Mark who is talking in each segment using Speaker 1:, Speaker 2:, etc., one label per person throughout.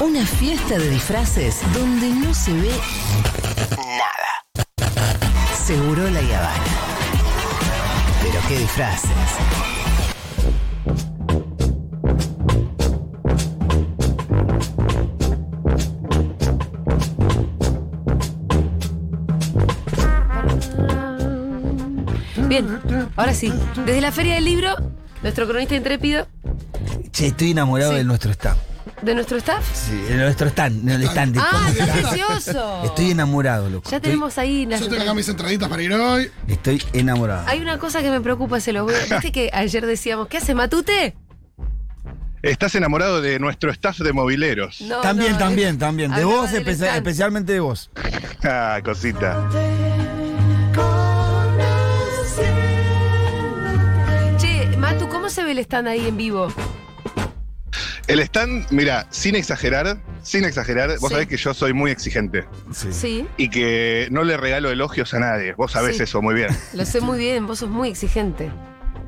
Speaker 1: Una fiesta de disfraces donde no se ve nada. Seguro la Habana. Pero qué disfraces.
Speaker 2: Bien, ahora sí. Desde la Feria del Libro, nuestro cronista intrépido
Speaker 3: Che, estoy enamorado
Speaker 2: Sí.
Speaker 3: de nuestro staff.
Speaker 2: de nuestro staff.
Speaker 3: Sí, de nuestro stand, del stand. disculpa.
Speaker 2: ¡Ah, qué precioso!
Speaker 3: Estoy enamorado, loco.
Speaker 2: Ya
Speaker 3: Estoy-
Speaker 2: tenemos ahí las.
Speaker 4: Yo tengo acá mis entraditas para ir hoy.
Speaker 3: Estoy, enamorado.
Speaker 2: Hay una cosa que me preocupa, se lo voy a- ¿Viste que ayer decíamos, ¿qué hace Matute?
Speaker 5: Estás enamorado de nuestro staff de mobileros.
Speaker 2: No,
Speaker 3: también,
Speaker 2: no,
Speaker 3: también,
Speaker 2: eh,
Speaker 3: también. De
Speaker 2: hablaba
Speaker 3: vos,
Speaker 2: del
Speaker 3: espe-
Speaker 2: stand.
Speaker 3: especialmente de vos.
Speaker 5: Ah, cosita.
Speaker 2: Che, Matu, ¿cómo se ve el stand ahí en vivo?
Speaker 5: El stand, mira, sin exagerar, sin exagerar, vos
Speaker 2: Sí.
Speaker 5: sabés que yo soy muy exigente
Speaker 2: Sí,
Speaker 5: y que no le regalo elogios a nadie. Vos sabés
Speaker 2: Sí.
Speaker 5: eso muy bien.
Speaker 2: lo sé muy bien, vos sos muy exigente.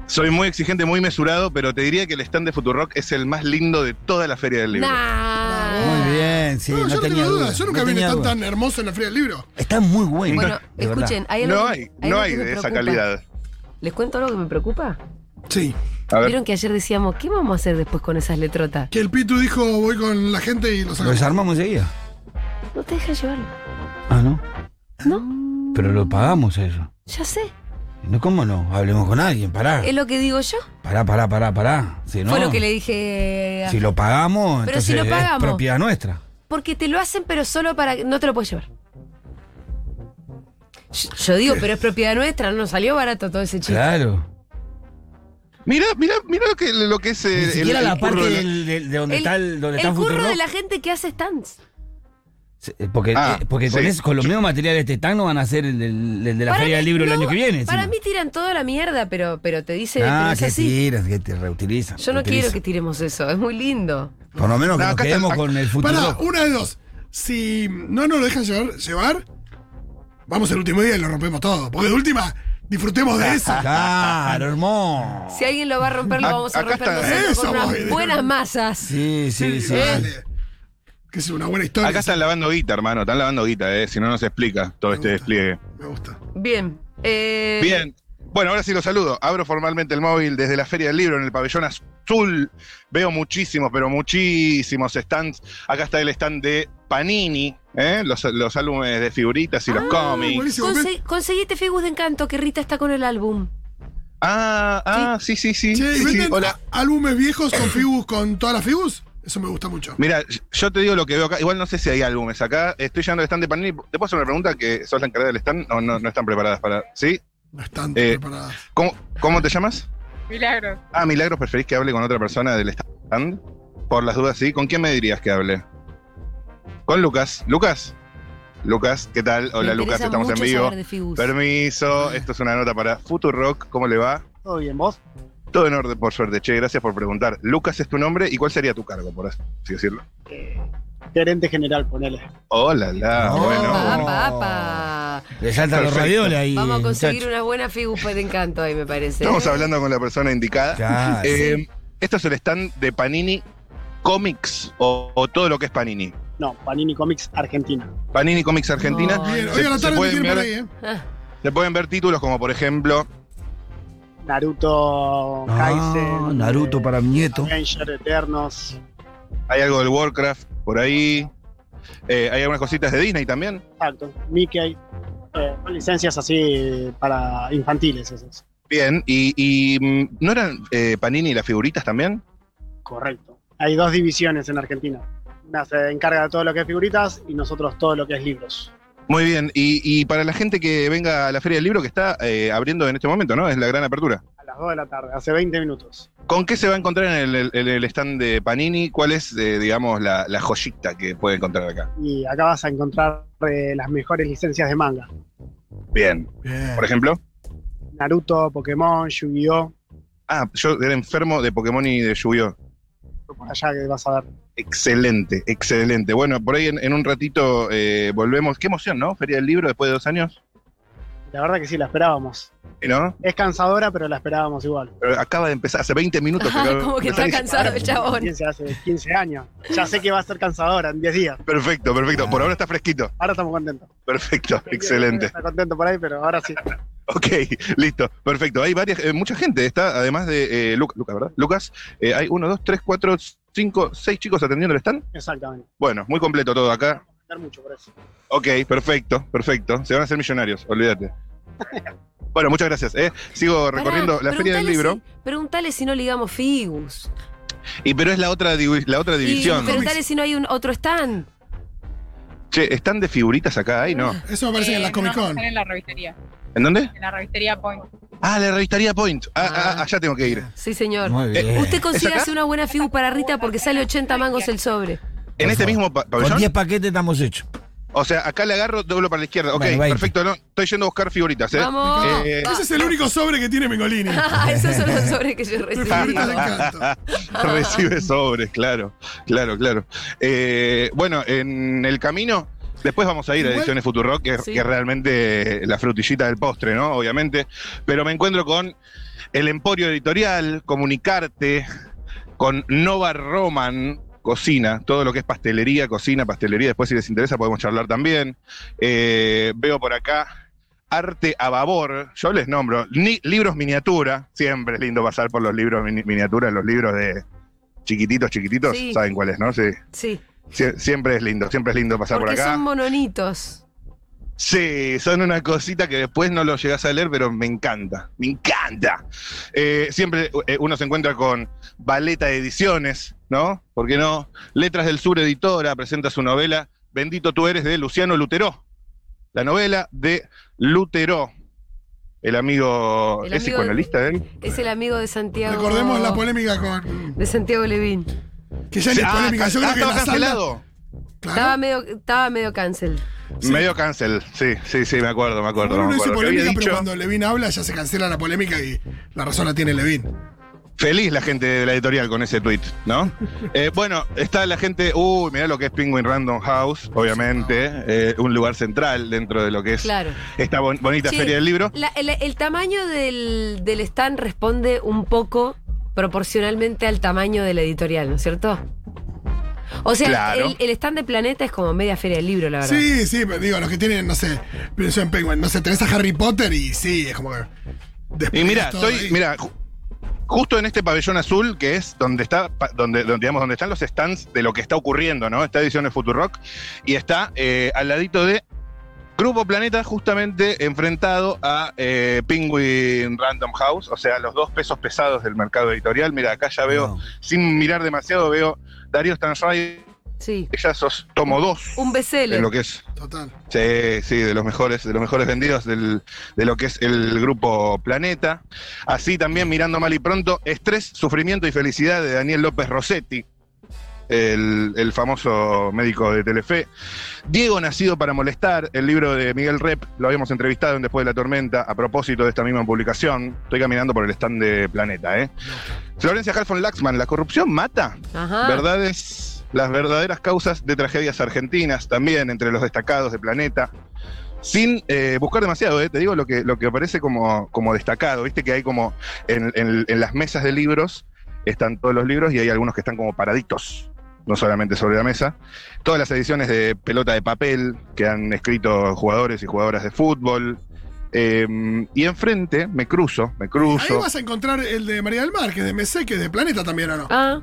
Speaker 5: Soy muy exigente, muy mesurado, pero te diría que el stand de Futurock es el más lindo de toda la feria del libro.
Speaker 2: Nah.
Speaker 3: Muy bien, sí,
Speaker 4: no,
Speaker 3: no,
Speaker 4: yo no
Speaker 3: tenía
Speaker 4: tengo dudas.
Speaker 3: duda,
Speaker 4: Yo nunca
Speaker 3: no
Speaker 4: vi un
Speaker 3: tenía
Speaker 4: stand
Speaker 3: duda.
Speaker 4: tan hermoso en la Feria del Libro.
Speaker 3: Está muy bueno.
Speaker 2: Bueno,
Speaker 3: de verdad.
Speaker 2: escuchen, hay algo
Speaker 5: No
Speaker 2: que-
Speaker 5: hay,
Speaker 2: algo
Speaker 5: no hay
Speaker 2: que me
Speaker 5: de esa
Speaker 2: preocupa.
Speaker 5: calidad.
Speaker 2: ¿Les cuento algo que me preocupa?
Speaker 4: Sí.
Speaker 5: A ver,
Speaker 2: Vieron que ayer decíamos, ¿qué vamos a hacer después con esas letrotas?
Speaker 4: Que el Pitu dijo, voy con la gente y los
Speaker 3: Lo
Speaker 4: sacamos.
Speaker 3: desarmamos enseguida.
Speaker 2: No te dejan llevarlo.
Speaker 3: Ah, ¿no?
Speaker 2: No,
Speaker 3: Pero lo pagamos eso.
Speaker 2: ya sé.
Speaker 3: No, ¿Cómo no? Hablemos con alguien, pará.
Speaker 2: Es lo que digo yo.
Speaker 3: Pará, pará, pará, pará. Si Ah. no,
Speaker 2: Fue lo que le dije. a-
Speaker 3: Si lo pagamos,
Speaker 2: Pero
Speaker 3: entonces
Speaker 2: si lo pagamos.
Speaker 3: es propiedad nuestra.
Speaker 2: Porque te lo hacen, pero solo para. No te lo puedes llevar. Yo, yo digo, pero es propiedad nuestra, no salió barato todo ese chiste.
Speaker 3: Claro.
Speaker 5: mira, mira, mira lo que, lo que es
Speaker 3: Ni
Speaker 5: eh, el,
Speaker 3: siquiera
Speaker 5: el
Speaker 3: la
Speaker 5: curro
Speaker 3: parte
Speaker 5: de la-
Speaker 3: del- del- de donde
Speaker 2: El-
Speaker 3: está el, donde
Speaker 2: El
Speaker 3: está
Speaker 2: curro
Speaker 3: Futurock.
Speaker 2: de la gente que hace stands.
Speaker 3: Sí, Porque,
Speaker 5: Ah,
Speaker 3: eh, porque con,
Speaker 5: sí.
Speaker 3: eso- con los mismos materiales de TAN no van a hacer el, del- del de la
Speaker 2: Para
Speaker 3: Feria
Speaker 2: mí-
Speaker 3: del Libro
Speaker 2: no,
Speaker 3: el año que viene.
Speaker 2: Para
Speaker 3: encima.
Speaker 2: mí tiran toda la mierda, pero, pero te dicen pero
Speaker 3: Ah,
Speaker 2: es
Speaker 3: que
Speaker 2: así.
Speaker 3: tiras, que te reutilizan.
Speaker 2: Yo no
Speaker 3: reutilizan.
Speaker 2: quiero que tiremos eso, es muy lindo.
Speaker 3: Por lo menos que
Speaker 5: No,
Speaker 3: nos
Speaker 5: acá
Speaker 3: quedemos
Speaker 5: está-
Speaker 3: con el futuro.
Speaker 4: Pará, una de dos. Si no nos lo dejan llevar, llevar, vamos el último día y lo rompemos todo. Porque de última, disfrutemos
Speaker 3: Ah,
Speaker 4: de eso.
Speaker 3: Claro, hermoso.
Speaker 2: Si alguien lo va a romper, lo
Speaker 5: Ac-
Speaker 2: vamos a
Speaker 5: acá
Speaker 2: romper
Speaker 5: está.
Speaker 2: nosotros
Speaker 4: Eso,
Speaker 2: con unas
Speaker 4: voy, de-
Speaker 2: buenas masas.
Speaker 3: Sí, sí, eh, sí.
Speaker 4: Dale. Que es una buena historia.
Speaker 5: Acá están lavando guita, hermano, están lavando guita, eh, si no, no se explica todo este
Speaker 4: Me gusta.
Speaker 5: despliegue.
Speaker 4: Me gusta.
Speaker 2: Bien. eh,
Speaker 5: Bien. Bueno, ahora sí los saludo. Abro formalmente el móvil desde la Feria del Libro en el pabellón azul. Veo muchísimos, pero muchísimos stands. Acá está el stand de Panini, ¿eh? los, los álbumes de figuritas y
Speaker 4: Ah,
Speaker 5: los cómics.
Speaker 4: Buenísimo.
Speaker 2: conse- conseguiste este figus de encanto que Rita está con el álbum.
Speaker 5: Ah, ah, sí, sí, sí.
Speaker 4: Che, ¿y
Speaker 5: sí, sí.
Speaker 4: venden
Speaker 5: Hola.
Speaker 4: álbumes viejos con Fibus, con todas las Fibus? Eso me gusta mucho.
Speaker 5: Mira, yo te digo lo que veo acá. Igual no sé si hay álbumes acá. Estoy llegando al stand de Panini. ¿Te puedo hacer una pregunta que sos la encargada del stand? No, no, no están preparadas para. ¿Sí?
Speaker 4: No están
Speaker 5: Eh,
Speaker 4: preparadas.
Speaker 5: ¿Cómo, cómo te llamas?
Speaker 6: Milagro.
Speaker 5: Ah, Milagros, ¿preferís que hable con otra persona del stand? Por las dudas, sí. ¿Con quién me dirías que hable? Con Lucas. Lucas. Lucas, ¿qué tal? Hola,
Speaker 2: Me
Speaker 5: Lucas,
Speaker 2: interesa
Speaker 5: estamos en
Speaker 2: mucho
Speaker 5: vivo.
Speaker 2: saber de Ah. figus.
Speaker 5: Permiso, esto es una nota para Futurock. ¿Cómo le va?
Speaker 7: Todo bien, vos.
Speaker 5: Todo en orden, por suerte. Che, gracias por preguntar. Lucas es tu nombre y cuál sería tu cargo, por así decirlo.
Speaker 7: Gerente general, ponele.
Speaker 5: Hola, la,
Speaker 3: No.
Speaker 5: bueno.
Speaker 2: Apa,
Speaker 3: Vamos.
Speaker 2: apa, apa.
Speaker 3: Le saltan los
Speaker 5: Perfecto.
Speaker 3: radioles ahí.
Speaker 2: Vamos a conseguir
Speaker 3: muchacho.
Speaker 2: una buena figus de encanto ahí, me parece.
Speaker 5: Estamos hablando con la persona indicada.
Speaker 3: Claro.
Speaker 5: Eh, Esto es el stand de Panini Comics o- o todo lo que es Panini.
Speaker 7: No, Panini Comics Argentina.
Speaker 5: Panini Comics Argentina.
Speaker 2: No.
Speaker 4: Bien,
Speaker 5: Se-
Speaker 4: hoy a la
Speaker 5: se
Speaker 4: tarde me
Speaker 5: pueden
Speaker 4: quieren ver
Speaker 5: ver-
Speaker 4: ahí, ¿eh?
Speaker 2: Ah,
Speaker 5: Se pueden ver títulos como por ejemplo
Speaker 7: Naruto,
Speaker 3: Ah,
Speaker 7: Kaisen.
Speaker 3: Naruto
Speaker 7: eh,
Speaker 3: para mi nieto.
Speaker 7: Avenger, Eternos.
Speaker 5: hay algo del Warcraft por ahí, eh, hay algunas cositas de Disney también.
Speaker 7: Exacto. Mickey. eh, con licencias así para infantiles, eso es.
Speaker 5: Bien, y, y, mm, ¿no eran eh, Panini las figuritas también?
Speaker 7: Correcto. Hay dos divisiones en Argentina. Una se encarga de todo lo que es figuritas y nosotros todo lo que es libros.
Speaker 5: Muy bien, y, y para la gente que venga a la Feria del Libro que está eh, abriendo en este momento, ¿no? Es la gran apertura.
Speaker 7: A las 2 de la tarde, hace 20 minutos.
Speaker 5: ¿Con qué se va a encontrar en el, el- el stand de Panini? ¿Cuál es, eh, digamos, la, la joyita que puede encontrar acá?
Speaker 7: Y acá vas a encontrar eh, las mejores licencias de manga.
Speaker 5: Bien,
Speaker 4: Bien.
Speaker 5: por ejemplo.
Speaker 7: Naruto, Pokémon, Yu-Gi-Oh!
Speaker 5: Ah, yo era enfermo de Pokémon y de Yu-Gi-Oh!
Speaker 7: Por allá que vas a ver.
Speaker 5: Excelente, excelente. Bueno, por ahí en, en un ratito eh, volvemos. Qué emoción, ¿no? Feria del Libro después de dos años.
Speaker 7: La verdad que sí, la esperábamos.
Speaker 5: ¿no?
Speaker 7: Es cansadora, pero la esperábamos igual.
Speaker 5: Pero acaba de empezar, hace 20 minutos. que acaba-
Speaker 2: Como que
Speaker 5: me
Speaker 2: está
Speaker 5: están
Speaker 2: cansado el chabón.
Speaker 7: Piense, hace 15 años. Ya sé que va a ser cansadora en 10 días.
Speaker 5: diciendo- Perfecto, perfecto. Por ahora está fresquito.
Speaker 7: Ahora estamos contentos.
Speaker 5: Perfecto, excelente.
Speaker 7: Está contento por ahí, pero ahora sí.
Speaker 5: Ok, listo, perfecto. Hay varias, eh, mucha gente está, además de eh, Lu- Luca, ¿verdad? Lucas, eh, hay uno, dos, tres, cuatro, cinco, seis chicos atendiendo el stand.
Speaker 7: Exactamente.
Speaker 5: Bueno, muy completo todo acá.
Speaker 7: Dar mucho por eso.
Speaker 5: Ok, perfecto, perfecto. Se van a hacer millonarios, olvídate. Bueno, muchas gracias. eh. Sigo
Speaker 2: Pará,
Speaker 5: recorriendo la feria del
Speaker 2: preguntale
Speaker 5: libro.
Speaker 2: si- preguntale si no ligamos Figus.
Speaker 5: Y pero es la otra, divi- la otra división.
Speaker 2: Y preguntale si no hay un otro stand.
Speaker 5: Che, ¿están de figuritas acá? Ahí no.
Speaker 4: Eso me parece que en la
Speaker 6: Eh,
Speaker 4: Comic
Speaker 6: no,
Speaker 4: Con.
Speaker 6: están en la revistería.
Speaker 5: ¿En dónde?
Speaker 6: En la revistería Point.
Speaker 5: Ah, la revistaría Point. Ah, ah, ah, allá tengo que ir.
Speaker 2: Sí, señor.
Speaker 3: Muy
Speaker 5: Eh,
Speaker 3: bien.
Speaker 2: Usted
Speaker 5: acá?
Speaker 2: consigue una buena Figus para Rita porque sale 80 mangos el sobre.
Speaker 5: En
Speaker 3: Por
Speaker 5: este
Speaker 3: favor.
Speaker 5: mismo pa-
Speaker 3: Con
Speaker 5: pabellón.
Speaker 3: 10 paquetes estamos hechos.
Speaker 5: O sea, acá le agarro, doblo para la izquierda. Ok,
Speaker 3: Bueno, veinte.
Speaker 5: perfecto. no, estoy yendo a buscar figuritas, ¿eh?
Speaker 2: Vamos.
Speaker 5: Eh,
Speaker 4: Ese es el único sobre que tiene Mengolini.
Speaker 2: Ah, esos son los sobres
Speaker 5: Ah,
Speaker 2: que yo
Speaker 4: Mis
Speaker 2: recibí.
Speaker 4: favoritas de encanto.
Speaker 5: Recibe sobres, claro, claro, claro. Eh, bueno, en el camino, después vamos a ir a
Speaker 4: Igual-
Speaker 5: Ediciones Futurock, que,
Speaker 2: Sí.
Speaker 5: que es realmente la frutillita del postre, ¿no? Obviamente. Pero me encuentro con el Emporio Editorial, Comunicarte, con Nova Roman. Cocina, todo lo que es pastelería, cocina, pastelería, después si les interesa podemos charlar también. Eh, veo por acá Arte a Babor, yo les nombro, ni- libros miniatura, siempre es lindo pasar por los libros mini- miniatura, los libros de, chiquititos, chiquititos,
Speaker 2: Sí.
Speaker 5: saben cuáles, ¿no? Sí.
Speaker 2: Sí,
Speaker 5: Sie- siempre es lindo, siempre es lindo pasar
Speaker 2: porque
Speaker 5: por acá.
Speaker 2: son mononitos.
Speaker 5: Sí, son una cosita que después no lo llegas a leer, pero me encanta, me encanta. Eh, siempre eh, uno se encuentra con Baleta Ediciones, ¿no? ¿Por qué no? Letras del Sur Editora presenta su novela Bendito tú eres de Luciano Lutero. La novela de Lutero, el amigo,
Speaker 2: El
Speaker 5: ¿es
Speaker 2: amigo de-
Speaker 5: psicoanalista de él?
Speaker 2: Es el amigo de Santiago.
Speaker 4: Recordemos la polémica con.
Speaker 2: de Santiago Levín.
Speaker 4: Que ya ni es
Speaker 5: Ah,
Speaker 4: polémica. Yo
Speaker 5: ah,
Speaker 4: creo que
Speaker 5: estaba
Speaker 4: la sala.
Speaker 5: cancelado.
Speaker 4: Claro.
Speaker 2: Estaba medio, estaba medio cancel.
Speaker 4: Sí.
Speaker 5: Medio cancel, sí, sí, sí, me acuerdo, me acuerdo.
Speaker 4: Uno no
Speaker 5: me
Speaker 4: hizo
Speaker 5: acuerdo. Que había
Speaker 4: polémica, pero
Speaker 5: dicho,
Speaker 4: cuando Levin habla ya se cancela la polémica y la razón la tiene Levin.
Speaker 5: Feliz la gente de la editorial con ese tweet, ¿no? Eh, bueno, está la gente, uy, mirá lo que es Penguin Random House, obviamente, eh, un lugar central dentro de lo que es
Speaker 2: Claro.
Speaker 5: esta bon- bonita
Speaker 2: Sí.
Speaker 5: feria del libro.
Speaker 2: La- el, el tamaño del, del stand responde un poco proporcionalmente al tamaño de la editorial, ¿no es cierto? O sea,
Speaker 5: Claro.
Speaker 2: el, el stand de Planeta es como media feria del libro, la verdad.
Speaker 4: Sí, sí, pero digo, los que tienen, no sé, pienso en Penguin, no sé, tenés a Harry Potter y sí, es como que.
Speaker 5: Y
Speaker 4: despliegas
Speaker 5: mira,
Speaker 4: todo
Speaker 5: estoy,
Speaker 4: ahí.
Speaker 5: mira, ju- justo en este pabellón azul que es donde está, pa- donde, donde, digamos, donde están los stands de lo que está ocurriendo, ¿no? Está edición de Futurock y está eh, al ladito de Grupo Planeta, justamente enfrentado a eh, Penguin Random House, o sea, los dos pesos pesados del mercado editorial. Mira, acá ya veo,
Speaker 3: No.
Speaker 5: sin mirar demasiado, veo Darío Stanray,
Speaker 2: Sí.
Speaker 5: ya sos tomo dos
Speaker 2: Un
Speaker 5: en
Speaker 2: bestseller.
Speaker 5: lo que es
Speaker 4: Total.
Speaker 5: Sí, sí, de los mejores, de los mejores vendidos del- de lo que es el grupo Planeta. Así también mirando mal y pronto, estrés, sufrimiento y felicidad de Daniel López Rossetti, el, el famoso médico de Telefe. Diego nacido para molestar, el libro de Miguel Rep, lo habíamos entrevistado en Después de la Tormenta a propósito de esta misma publicación. Estoy caminando por el stand de Planeta, ¿eh? Florencia Halfon Laxman, ¿la corrupción mata?
Speaker 2: Ajá.
Speaker 5: Verdades, las verdaderas causas de tragedias argentinas, también entre los destacados de Planeta. Sin eh, buscar demasiado, ¿eh? te digo lo que, lo que aparece como, como destacado. Viste que hay como en, en- en las mesas de libros están todos los libros y hay algunos que están como paraditos, no solamente sobre la mesa. Todas las ediciones de pelota de papel que han escrito jugadores y jugadoras de fútbol. Eh, y enfrente me cruzo, me
Speaker 4: Ahí
Speaker 5: cruzo.
Speaker 4: vas a encontrar el de María del Mar, que es de MC, que es de Planeta también, ¿o no?
Speaker 2: Ah,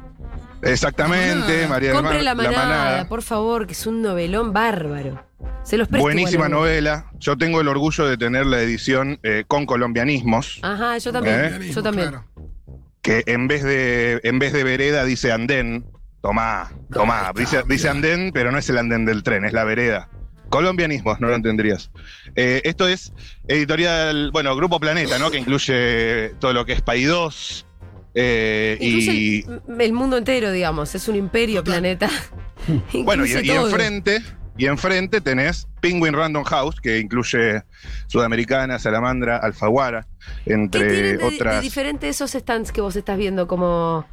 Speaker 5: Exactamente,
Speaker 4: La manada.
Speaker 5: María del
Speaker 2: compre
Speaker 5: Mar,
Speaker 2: la manada, por favor, que es un novelón bárbaro. Se los presto.
Speaker 5: Buenísima
Speaker 2: igual.
Speaker 5: novela. Yo tengo el orgullo de tener la edición eh, con colombianismos,
Speaker 2: Ajá, yo
Speaker 5: ¿Eh?
Speaker 2: también.
Speaker 4: Organismo,
Speaker 2: Yo también.
Speaker 4: claro.
Speaker 5: que en vez de, en vez de vereda dice andén. Tomá, tomá. Dice, dice andén, pero no es el andén del tren, es la vereda. Colombianismos, no lo entenderías. Eh, esto es editorial, bueno, Grupo Planeta, ¿no? Que incluye todo lo que es Paidós. eh,
Speaker 2: Incluso
Speaker 5: y
Speaker 2: el, el mundo entero, digamos, es un imperio planeta.
Speaker 5: Bueno, y,
Speaker 2: Incluye
Speaker 5: y
Speaker 2: todo.
Speaker 5: enfrente, y enfrente tenés Penguin Random House, que incluye Sudamericana, Salamandra, Alfaguara,
Speaker 2: ¿Qué tienen
Speaker 5: entre
Speaker 2: de, de
Speaker 5: otras.
Speaker 2: diferente esos stands que vos estás viendo como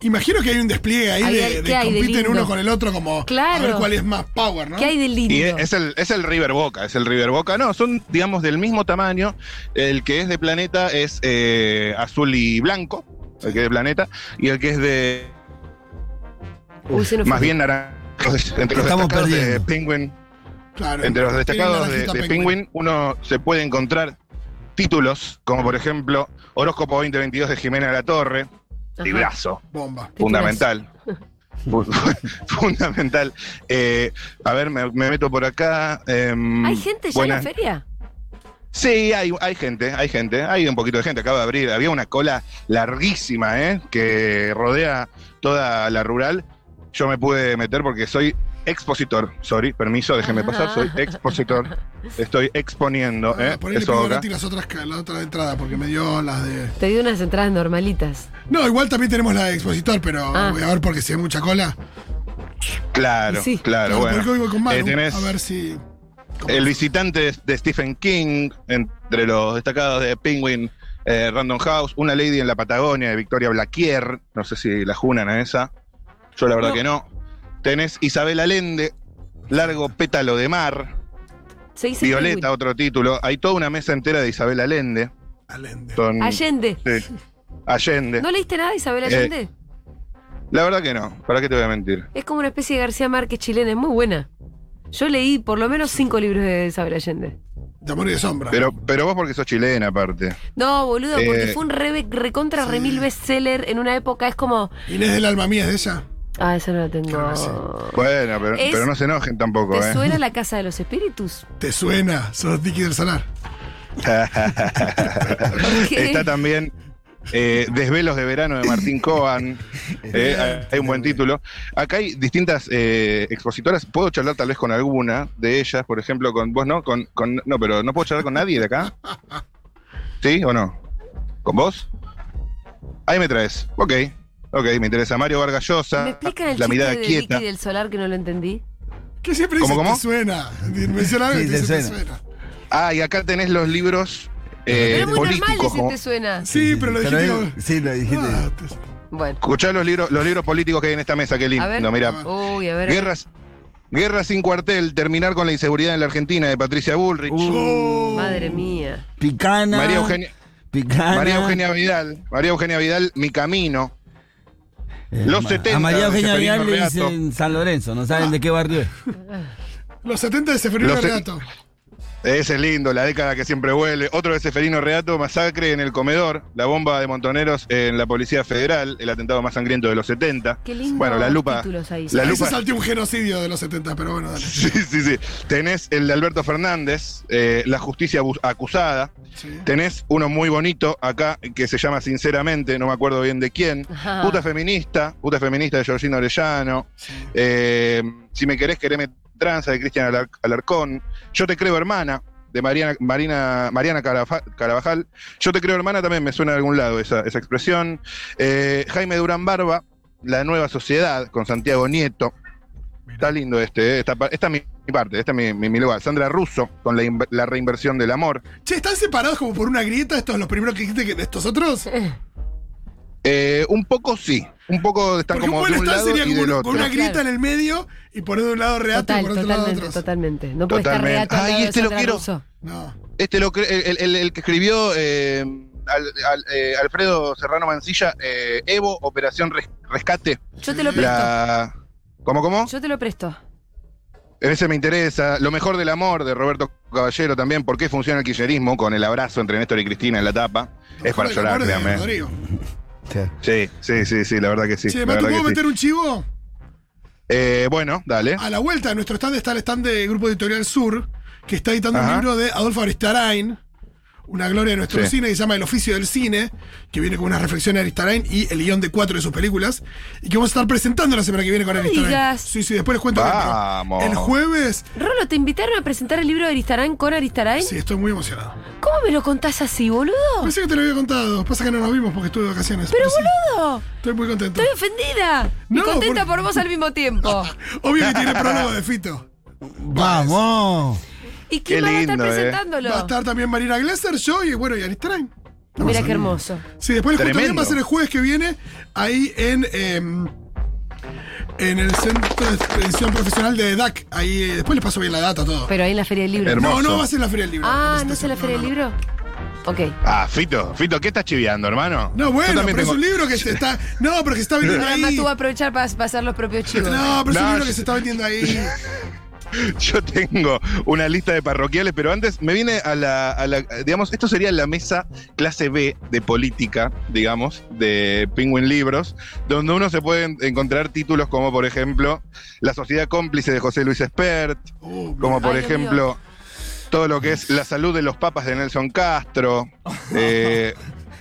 Speaker 4: Imagino que hay un despliegue ahí
Speaker 2: Hay
Speaker 4: de,
Speaker 2: al-
Speaker 4: de
Speaker 2: ¿qué hay de
Speaker 4: compiten
Speaker 2: lindo?
Speaker 4: uno con el otro como
Speaker 2: Claro.
Speaker 4: a ver cuál es más power, ¿no?
Speaker 2: ¿Qué hay de lindo?
Speaker 5: ¿Ah? Y es el, es el River Boca, es el River Boca. No, son, digamos, del mismo tamaño. El que es de planeta es eh, azul y blanco, el que es de planeta, y el que es de
Speaker 2: Uy, se nos
Speaker 5: más
Speaker 2: fue.
Speaker 5: bien naranja. Entre los
Speaker 3: Estamos
Speaker 5: destacados de
Speaker 3: perdiendo.
Speaker 5: Penguin,
Speaker 4: Claro.
Speaker 5: entre los
Speaker 4: Tiene
Speaker 5: destacados de,
Speaker 4: naranjita
Speaker 5: de Penguin, uno se puede encontrar títulos como, por ejemplo, Horóscopo 2022 de Jimena La Torre,
Speaker 2: Ajá.
Speaker 5: librazo,
Speaker 4: Bomba.
Speaker 5: fundamental. Fu- fundamental. Eh, a ver, me, me meto por acá. em,
Speaker 2: ¿Hay gente ya en
Speaker 5: buenas-
Speaker 2: la feria?
Speaker 5: Sí, hay, hay gente, hay gente, hay un poquito de gente. Acaba de abrir, había una cola larguísima, ¿eh? Que rodea toda la rural. Yo me pude meter porque soy expositor. Sorry, permiso, déjeme
Speaker 2: Ajá.
Speaker 5: pasar. Soy expositor. Estoy exponiendo,
Speaker 4: Ah,
Speaker 5: ¿eh?
Speaker 4: por ahí le
Speaker 5: Eso
Speaker 4: pido
Speaker 5: acá.
Speaker 4: gratis las otras, ca- la otra entrada porque me dio las de.
Speaker 2: Te di unas entradas normalitas.
Speaker 4: No, igual también tenemos la de expositor, pero
Speaker 2: Ah.
Speaker 4: voy a ver porque si hay mucha cola.
Speaker 5: Claro,
Speaker 2: Sí.
Speaker 4: Claro,
Speaker 5: claro,
Speaker 4: porque hoy
Speaker 5: bueno.
Speaker 4: voy con Manu,
Speaker 5: Eh, tenés
Speaker 4: A ver si. cómo-
Speaker 5: el visitante de- de Stephen King, entre los destacados de Penguin, eh, Random House, Una Lady en la Patagonia de Victoria Blaquier. No sé si la junan a esa. Yo la verdad que no. Tenés Isabel Allende, Largo Pétalo de Mar,
Speaker 2: Se dice
Speaker 5: Violeta,
Speaker 2: Penguin.
Speaker 5: otro título. Hay toda una mesa entera de Isabel Allende.
Speaker 4: Allende.
Speaker 5: Son-
Speaker 2: Allende.
Speaker 5: sí, Allende.
Speaker 2: ¿No leíste nada, Isabel
Speaker 5: Eh,
Speaker 2: Allende?
Speaker 5: La verdad que no. ¿Para qué te voy a mentir?
Speaker 2: Es como una especie de García Márquez chilena, es muy buena. Yo leí por lo menos cinco libros de Isabel Allende.
Speaker 4: De amor y de sombra.
Speaker 5: Pero, pero vos porque sos chilena aparte.
Speaker 2: No, boludo, porque
Speaker 5: Eh,
Speaker 2: fue un re, recontra
Speaker 4: sí.
Speaker 2: remil bestseller en una época. Es como.
Speaker 4: Inés del alma mía es de ella.
Speaker 2: Ah, esa no la tengo.
Speaker 4: Claro que sí.
Speaker 5: Bueno, pero,
Speaker 2: Es-
Speaker 5: pero no se enojen tampoco,
Speaker 2: ¿Te
Speaker 5: ¿eh?
Speaker 2: suena la casa de los espíritus?
Speaker 4: ¿Te suena? Sos Dicky del Salar.
Speaker 2: qué?
Speaker 5: Está también eh, Desvelos de Verano de Martín Coan. Eh, hay un buen título. Acá hay distintas eh, expositoras. Puedo charlar tal vez con alguna de ellas, por ejemplo, con vos, ¿no? Con, con- no, pero no puedo charlar con nadie de acá. ¿Sí o no? ¿Con vos? Ahí me traes. Ok, ok, me interesa. Mario Vargas Llosa.
Speaker 2: ¿Me explican el
Speaker 5: la
Speaker 2: chiste
Speaker 5: mirada
Speaker 2: de
Speaker 5: quieta.
Speaker 2: Vicky del Solar que no lo entendí?
Speaker 4: Que siempre dice
Speaker 5: ¿Cómo, cómo?
Speaker 4: te suena. Menciona algo y
Speaker 3: Sí,
Speaker 4: te
Speaker 3: te
Speaker 4: dice, te
Speaker 3: suena.
Speaker 4: suena.
Speaker 5: Ah, y acá tenés los libros eh,
Speaker 2: Pero es muy normal
Speaker 5: políticos.
Speaker 2: decir
Speaker 5: como-
Speaker 2: te suena.
Speaker 4: Sí, pero lo dijiste.
Speaker 3: es-
Speaker 4: como-
Speaker 3: Sí, lo dijiste.
Speaker 4: Ah, te-
Speaker 2: Bueno,
Speaker 5: Escuchá los libros, los libros políticos que hay en esta mesa, qué
Speaker 2: a ver.
Speaker 5: lindo. Mira,
Speaker 2: Uy, a ver.
Speaker 5: Guerras, guerra sin cuartel, terminar con la inseguridad en la Argentina de Patricia Bullrich.
Speaker 3: Uh,
Speaker 2: Madre mía.
Speaker 3: Picana.
Speaker 5: María Eugenia,
Speaker 3: Picana.
Speaker 5: María Eugenia Vidal, María Eugenia Vidal, Mi Camino.
Speaker 3: Eh,
Speaker 5: Los
Speaker 3: ma-
Speaker 5: 70,
Speaker 3: A María Eugenia
Speaker 5: dice
Speaker 3: Vidal le
Speaker 5: Felipe
Speaker 3: dicen San Lorenzo, no saben de qué barrio es.
Speaker 4: Los 70 de Seferino
Speaker 5: Los se-
Speaker 4: Regato.
Speaker 5: Ese es lindo, la década que siempre vuelve. Otro de Seferino Reato, Masacre en el Comedor, la bomba de Montoneros en la Policía Federal, el atentado más sangriento de los 70.
Speaker 2: Qué lindo.
Speaker 5: Bueno, la lupa.
Speaker 2: Títulos ahí.
Speaker 5: La
Speaker 4: Ahí
Speaker 5: lupa.
Speaker 4: se salteó un genocidio de los 70, pero bueno, dale.
Speaker 5: Sí, sí, sí. Tenés el de Alberto Fernández, eh, La Justicia Abus- Acusada.
Speaker 4: Sí.
Speaker 5: Tenés uno muy bonito acá que se llama Sinceramente, no me acuerdo bien de quién.
Speaker 4: Ah.
Speaker 2: Ajá.
Speaker 5: Puta feminista, puta feminista de Georgina Orellano. Eh, si me querés, quereme tranza de Cristian Alar- Alarcón. Yo te creo hermana de Mariana, Marina, Mariana Carafa- Carabajal. Yo te creo hermana también me suena de algún lado esa, esa expresión. Eh, Jaime Durán Barba, La Nueva Sociedad con Santiago Nieto. Está lindo este, eh. esta, pa- esta es mi, mi parte, esta es mi, mi- mi lugar. Sandra Russo con la, inver- la reinversión del amor.
Speaker 4: Che, ¿están separados como por una grieta estos los primeros que dijiste que de estos otros?
Speaker 2: Eh,
Speaker 5: Eh, un poco sí, un poco están
Speaker 4: Porque un
Speaker 5: como
Speaker 4: buen
Speaker 5: de un
Speaker 4: stand
Speaker 5: lado
Speaker 4: sería
Speaker 5: y
Speaker 4: como
Speaker 5: del
Speaker 4: una,
Speaker 5: otro.
Speaker 4: con una grieta
Speaker 2: Claro.
Speaker 4: en el medio y poner de un lado reato y
Speaker 2: Total,
Speaker 4: por otro lado
Speaker 2: totalmente,
Speaker 4: otros.
Speaker 2: totalmente. No puede estar
Speaker 5: Totalmente.
Speaker 2: reato al
Speaker 5: Ay,
Speaker 2: lado de
Speaker 5: este lo
Speaker 2: Sandra
Speaker 5: quiero.
Speaker 2: Russo.
Speaker 4: No.
Speaker 5: Este lo cre- el, el- el que escribió eh, al- al- eh, Alfredo Serrano Mancilla, eh, Evo, Operación Res- Rescate.
Speaker 2: Yo te lo presto.
Speaker 5: La... ¿Cómo, cómo?
Speaker 2: Yo te lo presto.
Speaker 5: En ese me interesa. Lo mejor del amor de Roberto Caballero también. ¿Por qué funciona el kirchnerismo con el abrazo entre Néstor y Cristina en la tapa? Es para
Speaker 4: Joder,
Speaker 5: llorar,
Speaker 4: amor de
Speaker 5: créame.
Speaker 4: Rodrigo.
Speaker 5: Sí, sí, sí, sí, la verdad que sí.
Speaker 4: che,
Speaker 5: la
Speaker 4: Matu,
Speaker 5: verdad
Speaker 4: ¿puedo
Speaker 5: que sí.
Speaker 4: meter Ah. un chivo?
Speaker 5: Eh, bueno, dale.
Speaker 4: A la vuelta de nuestro stand está el stand de Grupo Editorial Sur, que está editando un
Speaker 5: Ajá.
Speaker 4: libro de Adolfo Aristarain, una gloria de nuestro
Speaker 5: Sí.
Speaker 4: cine, que se llama El oficio del cine, que viene con unas reflexiones de Aristarain y el guión de cuatro de sus películas, y que vamos a estar presentando la semana que viene con Aristarain.
Speaker 2: digas.
Speaker 4: Sí, sí, después les cuento. bien, pero
Speaker 5: Vamos.
Speaker 4: El jueves,
Speaker 2: Rolo, ¿te invitaron a presentar el libro de Aristarán con Aristarán?
Speaker 4: sí, estoy muy emocionado.
Speaker 2: ¿Cómo me lo contás así, boludo?
Speaker 4: Pensé que te lo había contado, pasa que no nos vimos porque estuve de vacaciones.
Speaker 2: Pero
Speaker 4: sí,
Speaker 2: boludo,
Speaker 4: Estoy muy contento.
Speaker 2: estoy ofendida y
Speaker 4: No,
Speaker 2: contenta por
Speaker 4: porque-
Speaker 2: vos al mismo tiempo.
Speaker 4: Obvio que tiene prólogo de Fito.
Speaker 3: Vamos.
Speaker 2: ¿Y quién
Speaker 5: Qué
Speaker 2: va a estar
Speaker 5: lindo, eh.
Speaker 2: presentándolo?
Speaker 4: Va a estar también Marina Glesser, yo y bueno, y Aristarain.
Speaker 2: Mira qué hermoso.
Speaker 4: Sí, después el justo
Speaker 5: Tremendo.
Speaker 4: bien va a ser el jueves que viene, ahí en, eh, en el Centro de Expedición Profesional de DAC. Ahí, eh, después les paso bien la data todo.
Speaker 2: Pero ahí en la Feria del Libro.
Speaker 5: Hermoso.
Speaker 4: no, no va a ser la Feria del Libro.
Speaker 2: Ah,
Speaker 4: la
Speaker 2: ¿no es en la Feria del
Speaker 4: presentación, no, no,
Speaker 2: Libro? Ok.
Speaker 5: Ah, Fito, Fito, ¿qué estás chiviando, hermano?
Speaker 4: No, bueno,
Speaker 5: Yo
Speaker 4: pero
Speaker 5: también
Speaker 4: es
Speaker 5: tengo-
Speaker 4: un libro que se está. No, pero que se está vendiendo
Speaker 2: Además,
Speaker 4: ahí.
Speaker 2: tú vas a aprovechar para pasar los propios chivos.
Speaker 4: No, pero es un
Speaker 5: No,
Speaker 4: libro
Speaker 5: yo-
Speaker 4: que se está vendiendo ahí.
Speaker 5: Yo tengo una lista de parroquiales, pero antes me viene a la, a la- digamos, esto sería la mesa clase B de política, digamos, de Penguin Libros, donde uno se puede encontrar títulos como, por ejemplo, La sociedad cómplice de José Luis Espert,
Speaker 4: Uh,
Speaker 5: como por
Speaker 2: Ay, Dios
Speaker 5: ejemplo todo lo que es la salud de los papas de Nelson Castro, eh,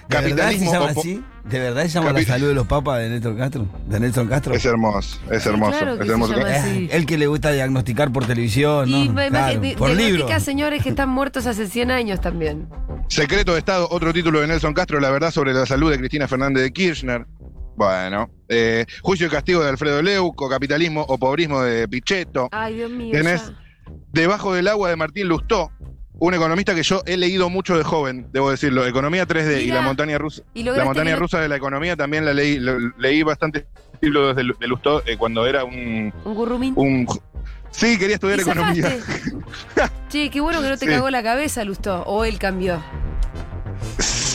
Speaker 3: ¿De verdad se
Speaker 5: capitalismo...
Speaker 3: llama
Speaker 5: opo-
Speaker 3: así? ¿De verdad se llama la
Speaker 5: Capi-
Speaker 3: salud de los papas de Nelson Castro? ¿De Nelson Castro?
Speaker 5: Es hermoso, es
Speaker 2: Sí,
Speaker 5: hermoso,
Speaker 2: claro que
Speaker 5: es
Speaker 2: se
Speaker 5: hermoso.
Speaker 2: llama
Speaker 3: Eh,
Speaker 2: así.
Speaker 3: El que le gusta diagnosticar por televisión,
Speaker 2: Y
Speaker 3: ¿no?
Speaker 2: me
Speaker 3: Claro,
Speaker 2: imagino de-
Speaker 3: por
Speaker 2: de
Speaker 3: libro.
Speaker 2: góticas señores que están muertos hace 100 años también.
Speaker 5: Secreto de Estado, otro título de Nelson Castro, la verdad sobre la salud de Cristina Fernández de Kirchner. Bueno, eh, Juicio y Castigo de Alfredo Leuco, Capitalismo o Pobrismo de Pichetto,
Speaker 2: Ay, Dios mío.
Speaker 5: Tenés-
Speaker 2: ya.
Speaker 5: Debajo del Agua de Martín Lustó, un economista que yo he leído mucho de joven, debo decirlo, Economía 3D y
Speaker 2: Mirá.
Speaker 5: la montaña rusa.
Speaker 2: Y
Speaker 5: La
Speaker 2: lograste
Speaker 5: montaña
Speaker 2: que-
Speaker 5: rusa de la economía también la leí, lo- leí bastante títulos de Lu- de Lustó eh, cuando era un,
Speaker 2: Un gurrumín.
Speaker 5: un... Sí,
Speaker 2: Y
Speaker 5: quería estudiar economía.
Speaker 2: zafaste. che, qué bueno que no te
Speaker 5: Sí.
Speaker 2: cagó la cabeza, Lustó. O él cambió.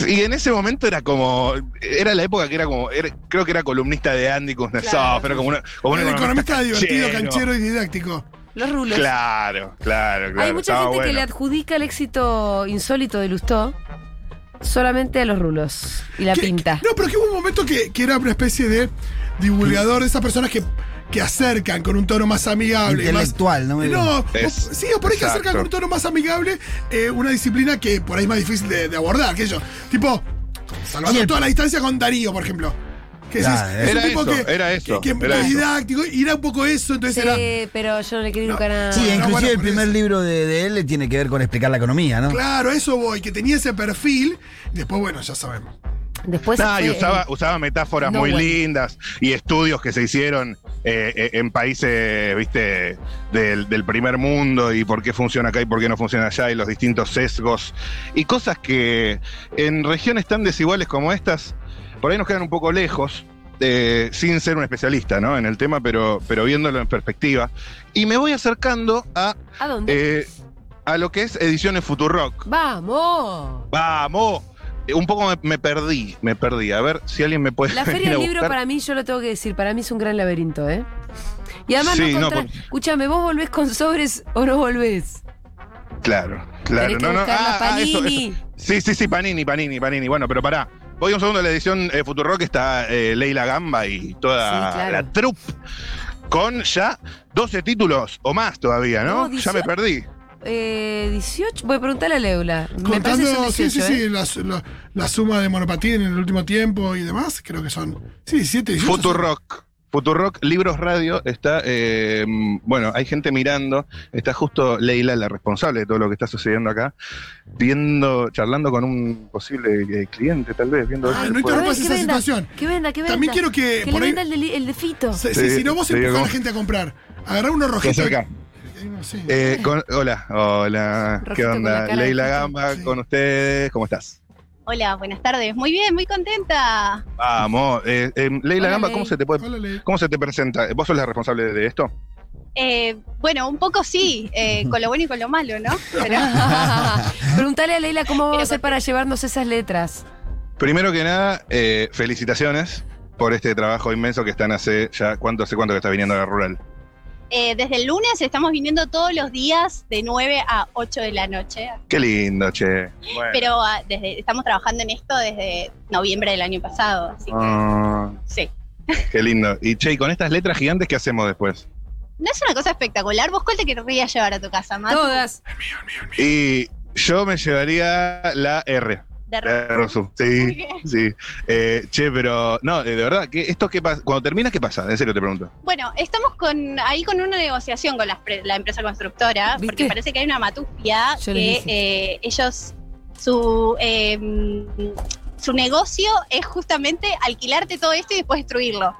Speaker 5: Y en ese momento era como. Era la época que era como. era- creo que era columnista de Andy Kuznetsov.
Speaker 2: Claro.
Speaker 5: Era como una. Como un
Speaker 4: el economista divertido,
Speaker 5: canchero.
Speaker 4: canchero y didáctico.
Speaker 2: Los rulos.
Speaker 5: Claro, claro, claro.
Speaker 2: Hay mucha
Speaker 5: estaba
Speaker 2: gente que
Speaker 5: bueno.
Speaker 2: le adjudica el éxito insólito de Lustó solamente a los rulos y la
Speaker 4: Que-
Speaker 2: pinta.
Speaker 4: No, pero que hubo un momento que, que era una especie de divulgador de esas personas que, que acercan con un tono más amigable. y más-
Speaker 3: Intelectual, no me digas.
Speaker 4: No, o-
Speaker 5: Es-
Speaker 4: sí, o por ahí que
Speaker 5: exacto.
Speaker 4: acercan con un tono más amigable eh, una disciplina que por ahí es más difícil de, de abordar, que yo. Tipo, salvando
Speaker 3: Sí, el-
Speaker 4: toda la distancia con Darío, por ejemplo. Que decís,
Speaker 3: Nah,
Speaker 4: es
Speaker 5: era
Speaker 4: un tipo
Speaker 5: eso,
Speaker 4: que,
Speaker 5: era eso,
Speaker 4: que- que
Speaker 5: era eso.
Speaker 4: didáctico, y era un poco eso, entonces
Speaker 2: Sí,
Speaker 4: era.
Speaker 2: pero yo no le quería educar a
Speaker 3: Sí,
Speaker 5: Ah,
Speaker 4: no,
Speaker 3: inclusive
Speaker 4: bueno,
Speaker 3: el
Speaker 4: por
Speaker 3: primer
Speaker 4: eso.
Speaker 3: libro de, de él tiene que ver con explicar la economía, ¿no?
Speaker 4: Claro, a eso voy, que tenía ese perfil. Y después, bueno, ya sabemos.
Speaker 2: Después
Speaker 5: Nah, y
Speaker 2: Pues fue-
Speaker 5: usaba, usaba metáforas
Speaker 2: No,
Speaker 5: muy
Speaker 2: bueno.
Speaker 5: lindas y estudios que se hicieron eh, eh, en países, viste, del, del primer mundo y por qué funciona acá y por qué no funciona allá y los distintos sesgos y cosas que en regiones tan desiguales como estas, por ahí nos quedan un poco lejos. eh, sin ser un especialista ¿no? en el tema, pero, pero viéndolo en perspectiva. Y me voy acercando a,
Speaker 2: ¿A dónde?
Speaker 5: eh, a lo que es Ediciones Futurock.
Speaker 2: ¡Vamos!
Speaker 5: ¡Vamos! Eh, Un poco me, me perdí, me perdí. A ver si alguien me puede.
Speaker 2: La
Speaker 5: ir
Speaker 2: Feria
Speaker 5: a
Speaker 2: del Libro
Speaker 5: buscar.
Speaker 2: para mí, yo lo tengo que decir, para mí es un gran laberinto, ¿eh? Y además
Speaker 5: Sí,
Speaker 2: no,
Speaker 5: no,
Speaker 2: encontrás-
Speaker 5: por-
Speaker 2: Escúchame, ¿vos volvés con sobres o no volvés?
Speaker 5: Claro, claro.
Speaker 2: Tenés que
Speaker 5: No, no.
Speaker 2: buscar la
Speaker 5: Ah, ah, eso,
Speaker 2: Panini.
Speaker 5: eso. Sí, sí, sí, Panini, Panini, Panini. Bueno, pero pará. Voy un segundo a la edición eh, Futurock, está eh, Leila Gamba y toda
Speaker 2: Sí, claro.
Speaker 5: la troupe. Con ya 12 títulos o más todavía, ¿no?
Speaker 2: No, dice-
Speaker 5: ya me perdí.
Speaker 2: Eh, 18, voy a preguntarle a Leula. Me parece que son
Speaker 4: Contando, sí,
Speaker 2: 18,
Speaker 4: sí,
Speaker 2: ¿eh?
Speaker 4: sí, la, su- la- la suma de monopatín en el último tiempo y demás, creo que son. Sí, 17, 18.
Speaker 5: Futurock. Futurock, Libros Radio, está, eh, bueno, hay gente mirando, está justo Leila, la responsable de todo lo que está sucediendo acá, viendo, charlando con un posible eh, cliente, tal vez, viendo... a ver
Speaker 4: Ah,
Speaker 5: si
Speaker 4: no
Speaker 5: se puede-
Speaker 4: interrumpas
Speaker 2: que
Speaker 4: esa
Speaker 2: venda,
Speaker 4: situación.
Speaker 2: ¿eh? Que venda, que venda.
Speaker 4: También quiero que.
Speaker 2: Que le
Speaker 4: por ahí-
Speaker 2: venda el de, li- el de Fito.
Speaker 4: Sí,
Speaker 5: eh, Sí,
Speaker 4: sí, si no, vos
Speaker 5: sí,
Speaker 4: empujás a
Speaker 5: como-
Speaker 4: la gente a comprar. Agarrá unos
Speaker 5: se
Speaker 4: rojitos.
Speaker 5: acerca.
Speaker 4: Sí.
Speaker 5: Eh, con- hola, hola,
Speaker 2: Rojito
Speaker 5: ¿qué
Speaker 2: con la
Speaker 5: onda?
Speaker 2: cara de
Speaker 5: Leila
Speaker 2: Fito.
Speaker 5: Gamba
Speaker 4: Sí.
Speaker 5: con ustedes, ¿cómo estás?
Speaker 6: Hola, buenas tardes. Muy bien, muy contenta.
Speaker 5: Vamos, eh, eh, Leila
Speaker 2: Hola,
Speaker 5: Gamba,
Speaker 2: Ley.
Speaker 5: ¿cómo se te puede,
Speaker 4: Hola, Ley.
Speaker 5: cómo se te presenta? ¿Vos sos la responsable de esto?
Speaker 6: Eh, bueno, un poco sí, eh, con lo bueno y con lo malo, ¿no? Pero,
Speaker 2: Preguntale a Leila cómo vamos a
Speaker 6: Pero
Speaker 2: hacer para llevarnos esas letras.
Speaker 5: Primero que nada, eh, felicitaciones por este trabajo inmenso que están hace ya cuánto hace cuánto que está viniendo a la rural.
Speaker 6: eh, desde el lunes estamos viniendo todos los días de 9 a 8 de la noche.
Speaker 5: Qué lindo, che. Bueno.
Speaker 6: Pero ah, desde, estamos trabajando en esto desde noviembre del año pasado. Así que,
Speaker 5: Ah,
Speaker 6: sí.
Speaker 5: qué lindo. Y che, y con estas letras gigantes, ¿qué hacemos después?
Speaker 6: No es una cosa espectacular. ¿Vos cuál te querrías llevar a tu casa, más?
Speaker 2: Todas.
Speaker 5: Y yo me llevaría la R.
Speaker 6: De
Speaker 5: La
Speaker 6: re-
Speaker 5: R, Rosu. Sí.
Speaker 6: Ok.
Speaker 5: Sí, Eh, che, pero no, eh, de verdad, ¿qué, ¿esto qué pasa? Cuando terminas, ¿qué pasa? En serio te pregunto.
Speaker 6: Bueno, estamos con ahí con una negociación con las pre- la empresa constructora,
Speaker 2: ¿Viste?
Speaker 6: porque parece que hay una matufia
Speaker 2: Yo les
Speaker 6: que eh, ellos, su, eh, su negocio es justamente alquilarte todo esto y después destruirlo.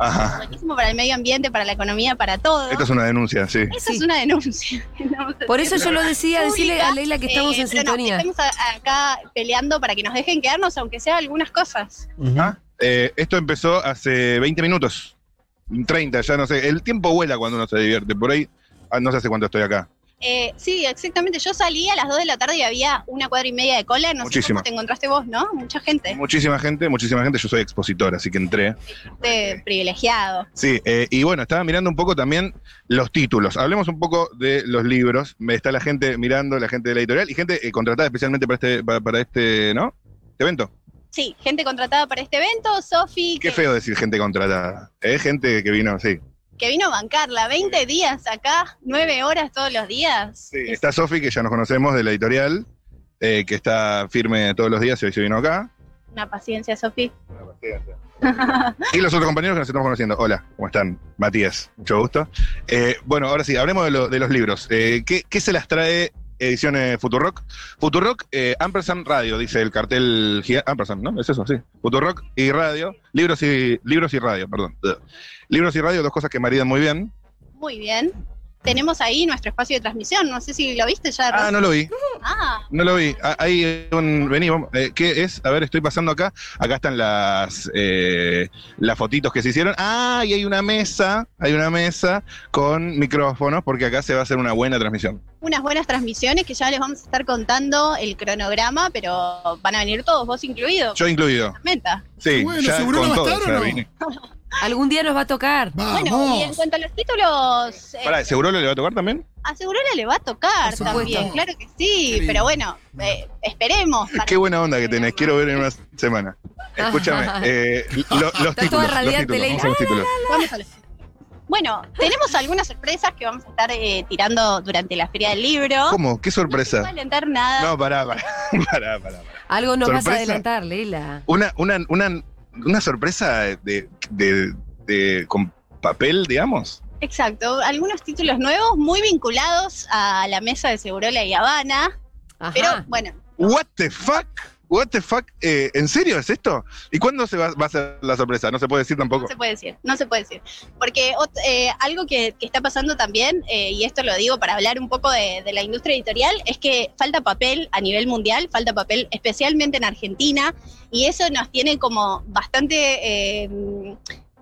Speaker 5: Ajá.
Speaker 6: Buenísimo para el medio ambiente, para la economía, para todo.
Speaker 5: Esta es una denuncia, sí.
Speaker 6: Eso es
Speaker 2: Sí.
Speaker 6: una denuncia. Estamos
Speaker 2: Por eso yo
Speaker 6: haciendo
Speaker 2: lo decía, decirle a Leila que estamos
Speaker 6: Eh,
Speaker 2: en
Speaker 6: pero no,
Speaker 2: sintonía.
Speaker 6: estamos a- acá peleando para que nos dejen quedarnos, aunque sea algunas cosas.
Speaker 5: Ah, eh, esto empezó hace 20 minutos. 30, ya no sé. El tiempo vuela cuando uno se divierte. Por ahí, ah, no sé hace cuánto estoy acá.
Speaker 6: Eh, sí, exactamente. Yo salí a las 2 de la tarde y había una cuadra y media de cola. No sé
Speaker 5: Muchísima.
Speaker 6: cómo te encontraste vos, ¿no? Mucha gente.
Speaker 5: Muchísima gente, muchísima gente. Yo soy expositor, así que entré.
Speaker 6: De privilegiado.
Speaker 5: Sí, eh, y bueno, estaba mirando un poco también los títulos. Hablemos un poco de los libros. Me Está la gente mirando, la gente de la editorial y gente eh, contratada especialmente para este, para, para este, ¿no? Este evento.
Speaker 6: Sí, gente contratada para este evento. Sofi,
Speaker 5: Qué
Speaker 6: que,
Speaker 5: feo decir gente contratada. Es gente que vino, sí.
Speaker 6: que vino a bancarla 20 días acá, 9 horas todos los días.
Speaker 5: Sí, Está Sofi, que ya nos conocemos de la editorial, eh, que está firme todos los días y hoy se vino acá.
Speaker 6: Una paciencia, Sofi.
Speaker 5: Y los otros compañeros que nos estamos conociendo. Hola, ¿cómo están? Matías, mucho gusto. Eh, bueno, ahora sí, hablemos de, lo- de los libros. Eh, ¿qué, qué se las trae Ediciones Futurock? Futurock, eh, Ampersand Radio, dice el cartel giga- Ampersand, ¿no? Es eso, sí. Futurock y radio. Libros y, libros y radio, perdón. Ugh. Libros y radio, dos cosas que maridan muy bien.
Speaker 6: Muy bien. Tenemos ahí nuestro espacio de transmisión. No sé si lo viste ya.
Speaker 5: Ah,
Speaker 6: Ros.
Speaker 5: no lo vi.
Speaker 6: Ah,
Speaker 5: No lo vi. Ah, Hay un. Vení, vamos. Eh, ¿Qué es? A ver, estoy pasando acá. Acá están las eh, las fotitos que se hicieron. Ah, y hay una mesa. Hay una mesa con micrófonos, porque acá se va a hacer una buena transmisión.
Speaker 6: unas buenas transmisiones que ya les vamos a estar contando el cronograma, pero van a venir todos, vos incluido.
Speaker 5: Yo incluido.
Speaker 6: Menta.
Speaker 5: Sí,
Speaker 4: Bueno,
Speaker 5: ya
Speaker 4: ¿seguro
Speaker 5: con
Speaker 4: no va a
Speaker 5: todo.
Speaker 4: estar o
Speaker 5: ya
Speaker 4: no?
Speaker 5: vine.
Speaker 2: Algún día nos va a tocar.
Speaker 4: Vamos.
Speaker 6: Bueno, y en cuanto a los títulos, eh,
Speaker 5: Pará, ¿seguro le va a tocar también?
Speaker 6: Asegurala le va a tocar
Speaker 4: Por supuesto.
Speaker 6: también, claro que
Speaker 4: Qué
Speaker 6: sí,
Speaker 4: lindo.
Speaker 6: pero bueno, eh, esperemos. para-
Speaker 5: Qué buena onda que tenés. Quiero ver en una semana. Escúchame. eh, lo- los títulos.
Speaker 2: toda radiante,
Speaker 5: los
Speaker 2: Leila.
Speaker 5: títulos. Vamos a los títulos.
Speaker 6: Vamos a los- Bueno, tenemos algunas sorpresas que vamos a estar eh, tirando durante la Feria del
Speaker 2: Ah.
Speaker 6: Libro.
Speaker 5: ¿Cómo? ¿Qué
Speaker 6: No
Speaker 5: sorpresa?
Speaker 6: puedo alentar nada.
Speaker 5: No, pará, pará. Pará, pará. pará.
Speaker 2: Algo nos vas a
Speaker 5: ¿Sorpresa?
Speaker 2: adelantar, Leila.
Speaker 5: una, una, una, una sorpresa de, de- de- con papel, digamos.
Speaker 6: Exacto, algunos títulos nuevos muy vinculados a la mesa de Segurola y Habana,
Speaker 2: Ajá.
Speaker 6: pero bueno,
Speaker 5: What the fuck? What the fuck? Eh, ¿En serio es esto? ¿Y cuándo se va, va a ser la sorpresa? No se puede decir tampoco.
Speaker 6: No se puede decir, no se puede decir. Porque ot- eh, algo que, que está pasando también, eh, y esto lo digo para hablar un poco de, de la industria editorial, es que falta papel a nivel mundial, falta papel especialmente en Argentina, y eso nos tiene como bastante eh,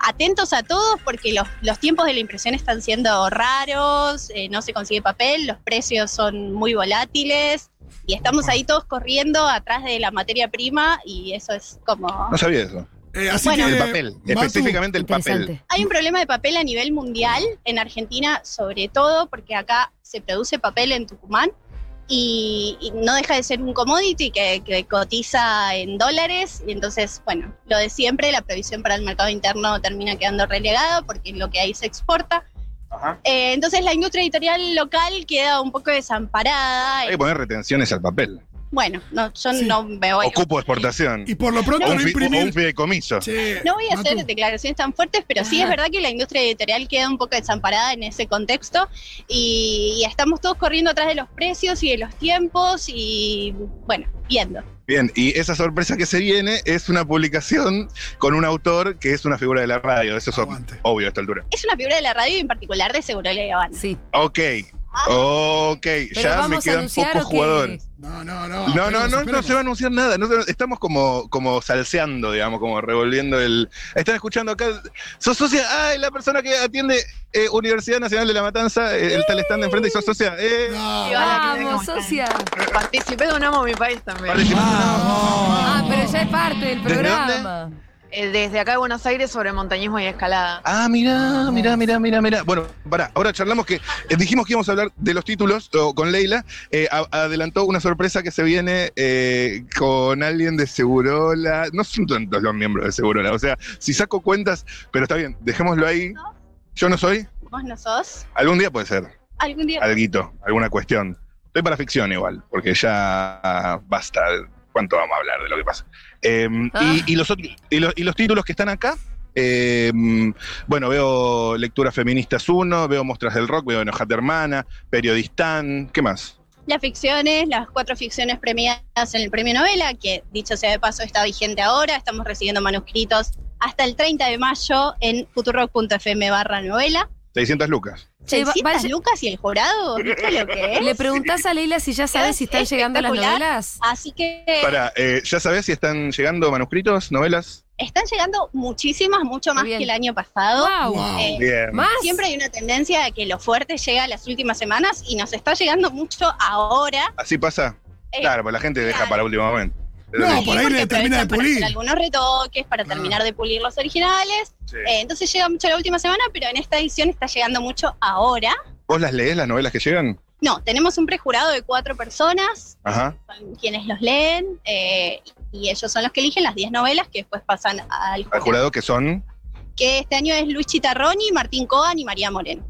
Speaker 6: atentos a todos porque los, los tiempos de la impresión están siendo raros, eh, no se consigue papel, los precios son muy volátiles. Y estamos ahí todos corriendo atrás de la materia prima y eso es como...
Speaker 5: No sabía eso.
Speaker 4: Eh, así
Speaker 6: Bueno.
Speaker 4: que,
Speaker 5: El papel,
Speaker 4: Matu,
Speaker 5: específicamente el papel.
Speaker 2: Interesante.
Speaker 6: Hay un problema de papel a nivel mundial, en Argentina sobre todo, porque acá se produce papel en Tucumán y, y no deja de ser un commodity que, que cotiza en dólares. Y entonces, bueno, lo de siempre, la provisión para el mercado interno termina quedando relegada porque lo que ahí se exporta. Eh, entonces la industria editorial local queda un poco desamparada.
Speaker 5: Hay que poner retenciones al papel.
Speaker 6: Bueno, no, yo
Speaker 4: Sí.
Speaker 6: no me voy.
Speaker 5: Ocupo exportación.
Speaker 4: y por lo
Speaker 5: O
Speaker 4: pronto
Speaker 5: un,
Speaker 4: no
Speaker 5: fi- o un
Speaker 4: imprimir.
Speaker 5: fideicomiso.
Speaker 4: Che,
Speaker 6: No voy a
Speaker 4: Matu,
Speaker 6: hacer declaraciones tan fuertes, pero sí es verdad que la industria editorial queda un poco desamparada en ese contexto y, y estamos todos corriendo atrás de los precios y de los tiempos y bueno, viendo.
Speaker 5: Bien, y esa sorpresa que se viene es una publicación con un autor que es una figura de la radio. Eso es ob-
Speaker 4: Aguante.
Speaker 5: obvio a esta altura.
Speaker 6: Es una figura de la radio y en particular de Seguro Le Habana.
Speaker 2: Sí.
Speaker 5: Ok, ok.
Speaker 2: Pero
Speaker 5: ya me
Speaker 2: vamos a
Speaker 5: quedan
Speaker 2: anunciar
Speaker 5: pocos
Speaker 2: o qué?
Speaker 5: jugadores.
Speaker 4: No, no, no.
Speaker 5: No, no,
Speaker 4: esperemos,
Speaker 5: no, no
Speaker 4: esperemos.
Speaker 5: se va a anunciar nada. no se- estamos como, como salseando, digamos, como revolviendo el. Están escuchando acá. Sos socia. ¡Ay, la persona que atiende eh, Universidad Nacional de la Matanza! eh, está el stand de enfrente y sos socia. ¡Eh!
Speaker 4: No.
Speaker 2: Vamos, socia.
Speaker 8: Participé de un Amo Mi País también.
Speaker 5: Participá.
Speaker 4: Vamos.
Speaker 2: Ah, pero ya es parte del
Speaker 5: ¿Desde
Speaker 2: programa.
Speaker 8: Eh, Desde acá de Buenos Aires sobre montañismo y escalada.
Speaker 5: Ah, mirá, mirá, mirá, mirá, mirá. Bueno, pará, ahora charlamos que eh, dijimos que íbamos a hablar de los títulos o, con Leila. Eh, a- adelantó una sorpresa que se viene eh, con alguien de Segurola. No son tantos los miembros de Segurola. O sea, si saco cuentas, pero está bien, dejémoslo ahí. Yo no soy.
Speaker 6: Vos no sos.
Speaker 5: Algún día puede ser.
Speaker 6: Algún día.
Speaker 5: alguito, alguna cuestión. Estoy para ficción igual, porque ya basta. ¿Cuánto vamos a hablar de lo que pasa? Eh,
Speaker 2: Ah.
Speaker 5: y, y los otros- y, los, y los títulos que están acá. eh, bueno, veo Lecturas Feministas 1, veo Mostras del Rock, veo Enojate Hermana, Periodistán, ¿qué más?
Speaker 6: Las ficciones, las cuatro ficciones premiadas en el premio novela, que dicho sea de paso está vigente ahora, estamos recibiendo manuscritos hasta el 30 de mayo en futurock.fm barra novela.
Speaker 5: 600 lucas.
Speaker 2: Che, va-
Speaker 6: 600
Speaker 2: vaya-
Speaker 6: lucas y el jurado, ¿viste lo que es?
Speaker 2: Le preguntás a Leila si ya sabes si están
Speaker 6: Es
Speaker 2: llegando las
Speaker 6: espectacular.
Speaker 2: novelas.
Speaker 6: Así que
Speaker 5: Para, eh, ¿ya sabés si están llegando manuscritos, novelas?
Speaker 6: están llegando muchísimas, mucho más
Speaker 2: Bien.
Speaker 6: que el año pasado.
Speaker 2: ¡Wow!
Speaker 4: Wow.
Speaker 6: Eh,
Speaker 5: Bien.
Speaker 2: ¿Más?
Speaker 6: Siempre hay una tendencia a que lo fuerte llega a las últimas semanas y nos está llegando mucho ahora.
Speaker 5: ¿Así pasa?
Speaker 6: Eh,
Speaker 5: Claro, pues la gente deja
Speaker 6: claro.
Speaker 5: para último momento.
Speaker 4: No,
Speaker 6: sí,
Speaker 4: por ahí
Speaker 6: porque
Speaker 4: le termina de
Speaker 6: aprovechan para hacer
Speaker 4: pulir.
Speaker 6: algunos retoques
Speaker 5: Ah.
Speaker 6: para terminar de pulir los originales.
Speaker 5: Sí.
Speaker 6: Eh, entonces llega mucho la última semana, pero en esta edición está llegando mucho ahora.
Speaker 5: ¿Vos las lees las novelas que llegan?
Speaker 6: No, tenemos un prejurado de cuatro personas,
Speaker 5: Ajá.
Speaker 6: son quienes los leen, eh, y ellos son los que eligen las 10 novelas que después pasan al
Speaker 5: Al
Speaker 6: jurado.
Speaker 5: jurado que son.
Speaker 6: Que este año es Luis Chitarroni, Martín Coan y María Moreno.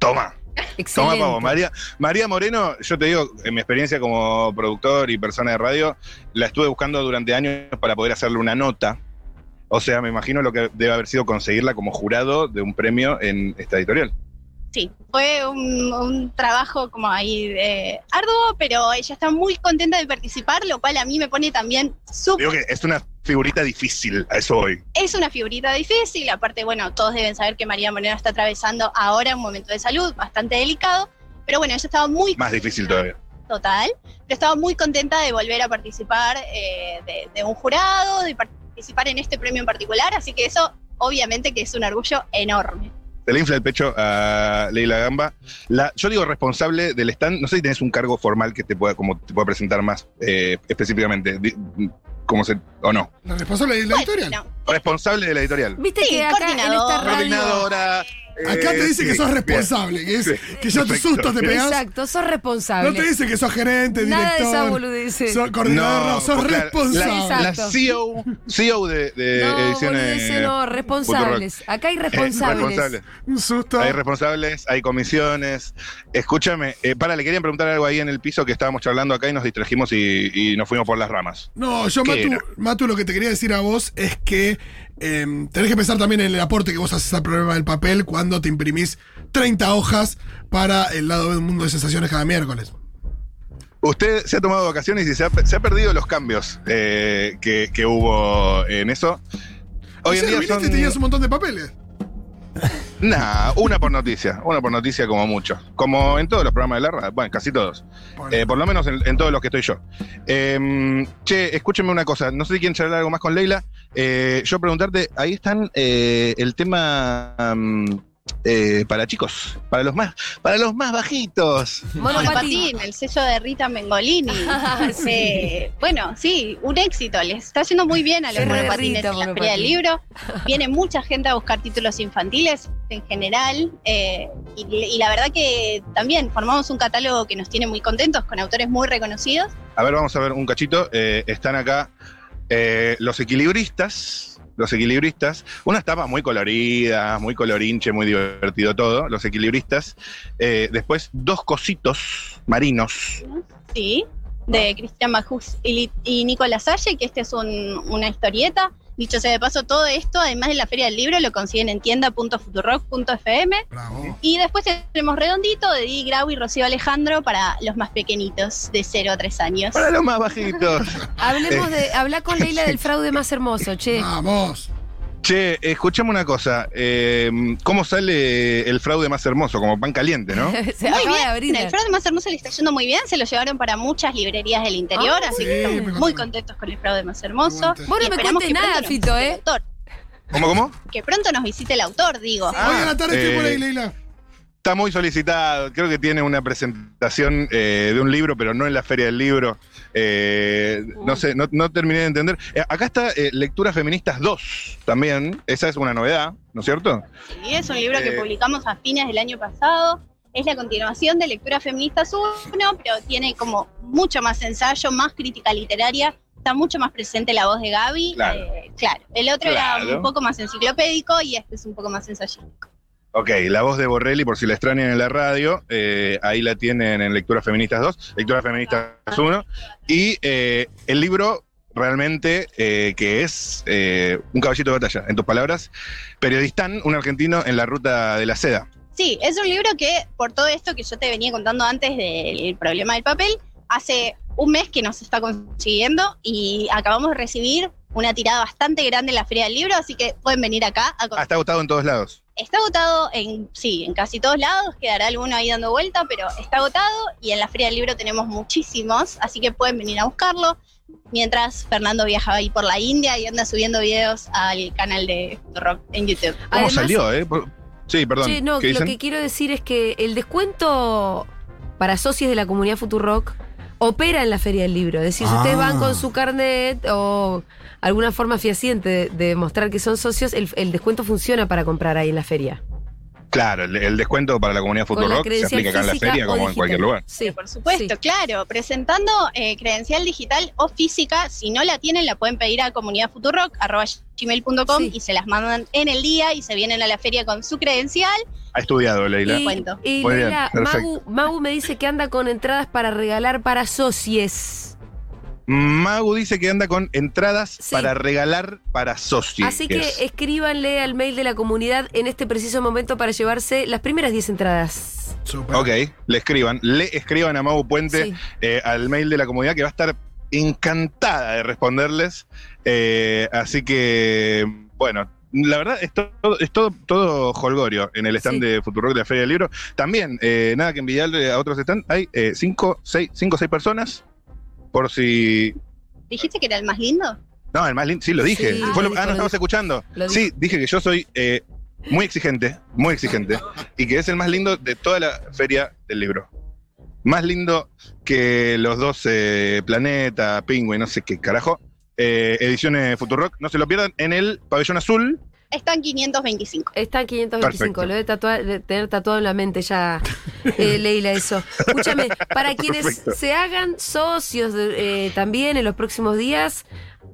Speaker 5: Toma. Toma,
Speaker 2: Excelente.
Speaker 5: Pavo. María, María Moreno, yo te digo, en mi experiencia como productor y persona de radio, la estuve buscando durante años para poder hacerle una nota. O sea, me imagino lo que debe haber sido conseguirla como jurado de un premio en esta editorial.
Speaker 6: Sí, fue un, un trabajo como ahí de arduo, pero ella está muy contenta de participar, lo cual a mí me pone también
Speaker 5: Digo
Speaker 6: súper...
Speaker 5: que es una figurita difícil, a eso hoy.
Speaker 6: Es una figurita difícil, aparte, bueno, todos deben saber que María Moreno está atravesando ahora un momento de salud bastante delicado, pero bueno, ella estaba muy
Speaker 5: Más difícil todavía.
Speaker 6: total, pero estaba muy contenta de volver a participar eh, de, de un jurado, de participar en este premio en particular, así que eso obviamente que es un orgullo enorme.
Speaker 5: Se le infla el pecho a Leila Gamba. La, yo digo responsable del stand. No sé si tenés un cargo formal que te pueda, como te pueda presentar más eh, específicamente. Di- ¿Cómo se.? o no.
Speaker 4: La responsable de la editorial.
Speaker 6: Bueno,
Speaker 5: Responsable de la editorial.
Speaker 2: Viste
Speaker 6: Sí,
Speaker 2: que acá en esta
Speaker 6: coordinador.
Speaker 2: radio.
Speaker 5: Coordinadora.
Speaker 4: Acá te dice
Speaker 5: eh,
Speaker 4: que
Speaker 5: sí,
Speaker 4: sos
Speaker 5: bien.
Speaker 4: responsable, que, es,
Speaker 5: Sí,
Speaker 4: que ya te
Speaker 5: perfecto.
Speaker 4: asustas, te pegás.
Speaker 2: Exacto, sos responsable.
Speaker 4: No te dice que sos gerente,
Speaker 2: Nada de esa
Speaker 4: director,
Speaker 2: boludeces.
Speaker 4: sos coordinador,
Speaker 5: No,
Speaker 4: no, sos
Speaker 5: claro, la-
Speaker 4: responsable.
Speaker 2: Exacto.
Speaker 5: La E CEO, CEO de, de
Speaker 2: no,
Speaker 5: eh, ediciones.
Speaker 2: boludeces, no, responsables. Acá hay
Speaker 5: eh,
Speaker 2: responsables.
Speaker 5: responsables.
Speaker 4: Un susto.
Speaker 5: Hay responsables, hay comisiones. Escúchame, eh, para, le querían preguntar algo ahí en el piso que estábamos charlando acá y nos distrajimos y, y nos fuimos por las ramas.
Speaker 4: No, yo,
Speaker 5: ¿Qué
Speaker 4: Matu,
Speaker 5: era?
Speaker 4: Matu, lo que te quería decir a vos es que em, tenés que pensar también en el aporte que vos haces al problema del papel cuando te imprimís 30 hojas para el lado del mundo de sensaciones cada miércoles.
Speaker 5: Usted se ha tomado vacaciones y se ha, se ha perdido los cambios eh, que, que hubo en eso. Hoy en
Speaker 4: Ayer
Speaker 5: día
Speaker 4: viniste
Speaker 5: son...
Speaker 4: y este tenías un montón de papeles.
Speaker 5: Nah, una por noticia, una por noticia como mucho. Como en todos los programas de la radio, bueno, casi todos.
Speaker 4: Bueno,
Speaker 5: Eh, por lo menos en, en todos los que estoy yo. Eh, che, escúcheme una cosa, no sé si quieren charlar algo más con Leila. Eh, yo preguntarte, ahí están eh, el tema am, eh, para chicos, para los más, para los más bajitos.
Speaker 2: Monopatín.
Speaker 6: Monopatín, el sello de Rita Mengolini.
Speaker 2: Ah, sí.
Speaker 6: Eh, bueno, sí, un éxito. Les está yendo muy bien a los
Speaker 2: Sí,
Speaker 6: monopatines
Speaker 2: Rita,
Speaker 6: en la
Speaker 2: monopatín.
Speaker 6: feria del libro. Viene mucha gente a buscar títulos infantiles en general. eh, y, y la verdad que también formamos un catálogo que nos tiene muy contentos con autores muy reconocidos.
Speaker 5: A ver, vamos a ver un cachito. Eh, están acá eh, los equilibristas. Los equilibristas, unas tapas muy coloridas, muy colorinche, muy divertido todo. Los equilibristas. Eh, después, dos cositos marinos.
Speaker 6: Sí, de Cristian Majus y, Li- y Nicolás Salle, que este es un- una historieta. Dicho sea de paso, todo esto, además de la Feria del Libro, lo consiguen en tienda.futurock.fm.
Speaker 4: bravo.
Speaker 6: Y después tenemos Redondito de Di Grau y Rocío Alejandro para los más pequeñitos, de 0 a 3 años.
Speaker 5: Para los más bajitos.
Speaker 2: Hablemos de, habla con Leila del fraude más hermoso, che.
Speaker 4: Ah. Vamos.
Speaker 5: Che, escuchame una cosa. eh, ¿Cómo sale el fraude más hermoso? Como pan caliente, ¿no?
Speaker 2: Se acaba
Speaker 6: muy
Speaker 2: de abrir.
Speaker 6: bien, el fraude más hermoso le está yendo muy bien, se lo llevaron para muchas librerías del interior,
Speaker 2: Ah,
Speaker 6: así
Speaker 4: sí,
Speaker 6: que estamos
Speaker 4: me
Speaker 6: muy
Speaker 4: contaron.
Speaker 6: contentos con el fraude más hermoso.
Speaker 4: Aguante.
Speaker 2: Vos no
Speaker 6: Y
Speaker 2: me
Speaker 6: esperamos
Speaker 2: cuentes
Speaker 6: que
Speaker 2: nada,
Speaker 6: pronto nos
Speaker 2: Fito,
Speaker 6: visite el
Speaker 2: ¿eh?
Speaker 6: autor,
Speaker 5: ¿Cómo, cómo?
Speaker 6: que pronto nos visite el autor, digo.
Speaker 2: Sí.
Speaker 4: Hoy a la tarde estoy
Speaker 5: eh,
Speaker 4: por ahí, Leila.
Speaker 5: Está muy solicitado, creo que tiene una presentación eh, de un libro, pero no en la feria del libro. Eh, no sé, no, no terminé de entender. Eh, acá está eh, Lecturas Feministas 2 también, esa es una novedad, ¿no es cierto?
Speaker 6: Sí, es un libro que
Speaker 5: Eh.
Speaker 6: publicamos a fines del año pasado. Es la continuación de Lectura Feministas 1, pero tiene como mucho más ensayo, más crítica literaria. Está mucho más presente la voz de Gaby.
Speaker 5: Claro.
Speaker 6: eh, claro. El otro era
Speaker 5: Claro.
Speaker 6: un poco más enciclopédico y este es un poco más ensayístico.
Speaker 5: Ok, la voz de Borrelli, por si la extrañan en la radio, eh, ahí la tienen en Lecturas Feministas 2, Lecturas Feministas
Speaker 2: Ah.
Speaker 5: 1, y eh, el libro realmente eh, que es eh, un caballito de batalla, en tus palabras, periodistán, un argentino en la ruta de la seda.
Speaker 6: Sí, es un libro que, por todo esto que yo te venía contando antes del problema del papel, hace un mes que nos está consiguiendo y acabamos de recibir una tirada bastante grande en la Feria del Libro, así que pueden venir acá a
Speaker 5: Ah, está agotado en todos lados.
Speaker 6: Está agotado en, sí, en casi todos lados, quedará alguno ahí dando vuelta, pero está agotado y en la Feria del Libro tenemos muchísimos, así que pueden venir a buscarlo. Mientras Fernando viaja ahí por la India y anda subiendo videos al canal de Rock en YouTube.
Speaker 5: ¿Cómo
Speaker 2: Además-
Speaker 5: salió, eh? Por- Sí, perdón.
Speaker 2: Che, no,
Speaker 5: ¿Qué
Speaker 2: lo
Speaker 5: dicen?
Speaker 2: que quiero decir es que el descuento para socios de la comunidad Futurock opera en la Feria del Libro. Es decir, si
Speaker 3: Ah.
Speaker 2: ustedes van con su carnet o alguna forma fehaciente de, de mostrar que son socios, el, el descuento funciona para comprar ahí en la feria.
Speaker 5: Claro, el, el descuento para la comunidad
Speaker 2: Con la
Speaker 5: Futurock se
Speaker 2: credencial
Speaker 5: aplica acá en la
Speaker 2: física
Speaker 5: feria
Speaker 2: o
Speaker 5: como en
Speaker 2: digital.
Speaker 5: cualquier lugar.
Speaker 2: Sí,
Speaker 6: Por supuesto,
Speaker 2: Sí.
Speaker 6: claro. Presentando eh, credencial digital o física, si no la tienen, la pueden pedir a comunidadfuturock.com
Speaker 2: Sí.
Speaker 6: y se las mandan en el día y se vienen a la feria con su credencial.
Speaker 5: Ha estudiado, Leila.
Speaker 2: Y,
Speaker 6: cuento.
Speaker 2: y
Speaker 5: Muy bien,
Speaker 2: Leila,
Speaker 5: perfecto.
Speaker 2: Magu, Magu me dice que anda con entradas para regalar para socios.
Speaker 5: Magu dice que anda con entradas
Speaker 2: Sí.
Speaker 5: para regalar para socios.
Speaker 2: Así que escríbanle al mail de la comunidad en este preciso momento para llevarse las primeras 10 entradas.
Speaker 4: Súper.
Speaker 5: Ok, le escriban, le escriban a Magu Puente
Speaker 2: Sí.
Speaker 5: eh, al mail de la comunidad que va a estar encantada de responderles. Eh, así que, bueno, la verdad es todo, es todo, todo holgorio en el stand
Speaker 2: Sí.
Speaker 5: de Futurock de la Feria del Libro. También, eh, nada que envidiarle a otros stands, hay eh, cinco, seis, cinco o seis personas. Por si.
Speaker 6: ¿Dijiste que era el más lindo?
Speaker 5: No, el más lindo. Sí, lo dije.
Speaker 2: Sí,
Speaker 5: Fue lo-
Speaker 2: lo dijo,
Speaker 5: ah,
Speaker 2: lo
Speaker 5: no estabas
Speaker 2: dijo.
Speaker 5: escuchando.
Speaker 2: Lo
Speaker 5: Sí, dije que yo soy eh, muy exigente, muy exigente, y que es el más lindo de toda la feria del libro. Más lindo que los dos eh, Planeta, Pingüe, no sé qué carajo. Eh, ediciones Futurock, no se lo pierdan en el pabellón azul.
Speaker 6: Están 525.
Speaker 2: Está en 525,
Speaker 5: Perfecto.
Speaker 2: lo de, tatuar- de tener tatuado en la mente ya, eh, Leila, eso. Escúchame, para quienes
Speaker 5: Perfecto.
Speaker 2: se hagan socios de- eh, también en los próximos días,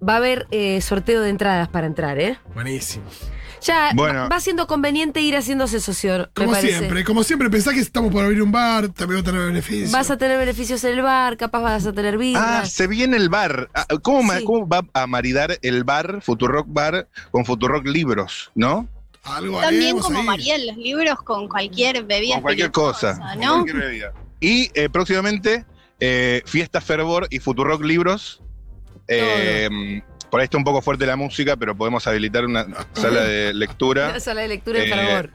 Speaker 2: va a haber eh, sorteo de entradas para entrar, ¿eh?
Speaker 4: Buenísimo.
Speaker 2: Ya
Speaker 5: Bueno.
Speaker 2: va- va siendo conveniente ir haciéndose socio, me
Speaker 4: Como
Speaker 2: parece.
Speaker 4: siempre, como siempre, pensá que estamos por abrir un bar, también va a tener beneficios.
Speaker 2: Vas a tener beneficios en el bar, capaz vas a tener vida.
Speaker 5: Ah, se viene el bar. Ah, ¿Cómo, ma-
Speaker 2: Sí.
Speaker 5: ¿Cómo va a maridar el bar, Futurock Bar, con Futurock Libros, no?
Speaker 4: Algo
Speaker 6: También
Speaker 4: haremos
Speaker 6: como
Speaker 4: ahí.
Speaker 6: María en los libros con cualquier bebida.
Speaker 5: Con cualquier
Speaker 6: espirituosa,
Speaker 5: cosa.
Speaker 6: ¿no?
Speaker 5: Con cualquier bebida. Y eh, próximamente, eh, Fiesta Fervor y Futurock Libros. Eh, por ahí está un poco fuerte la música, pero podemos habilitar una sala de lectura.
Speaker 2: Una sala de lectura en
Speaker 5: Eh,
Speaker 2: favor.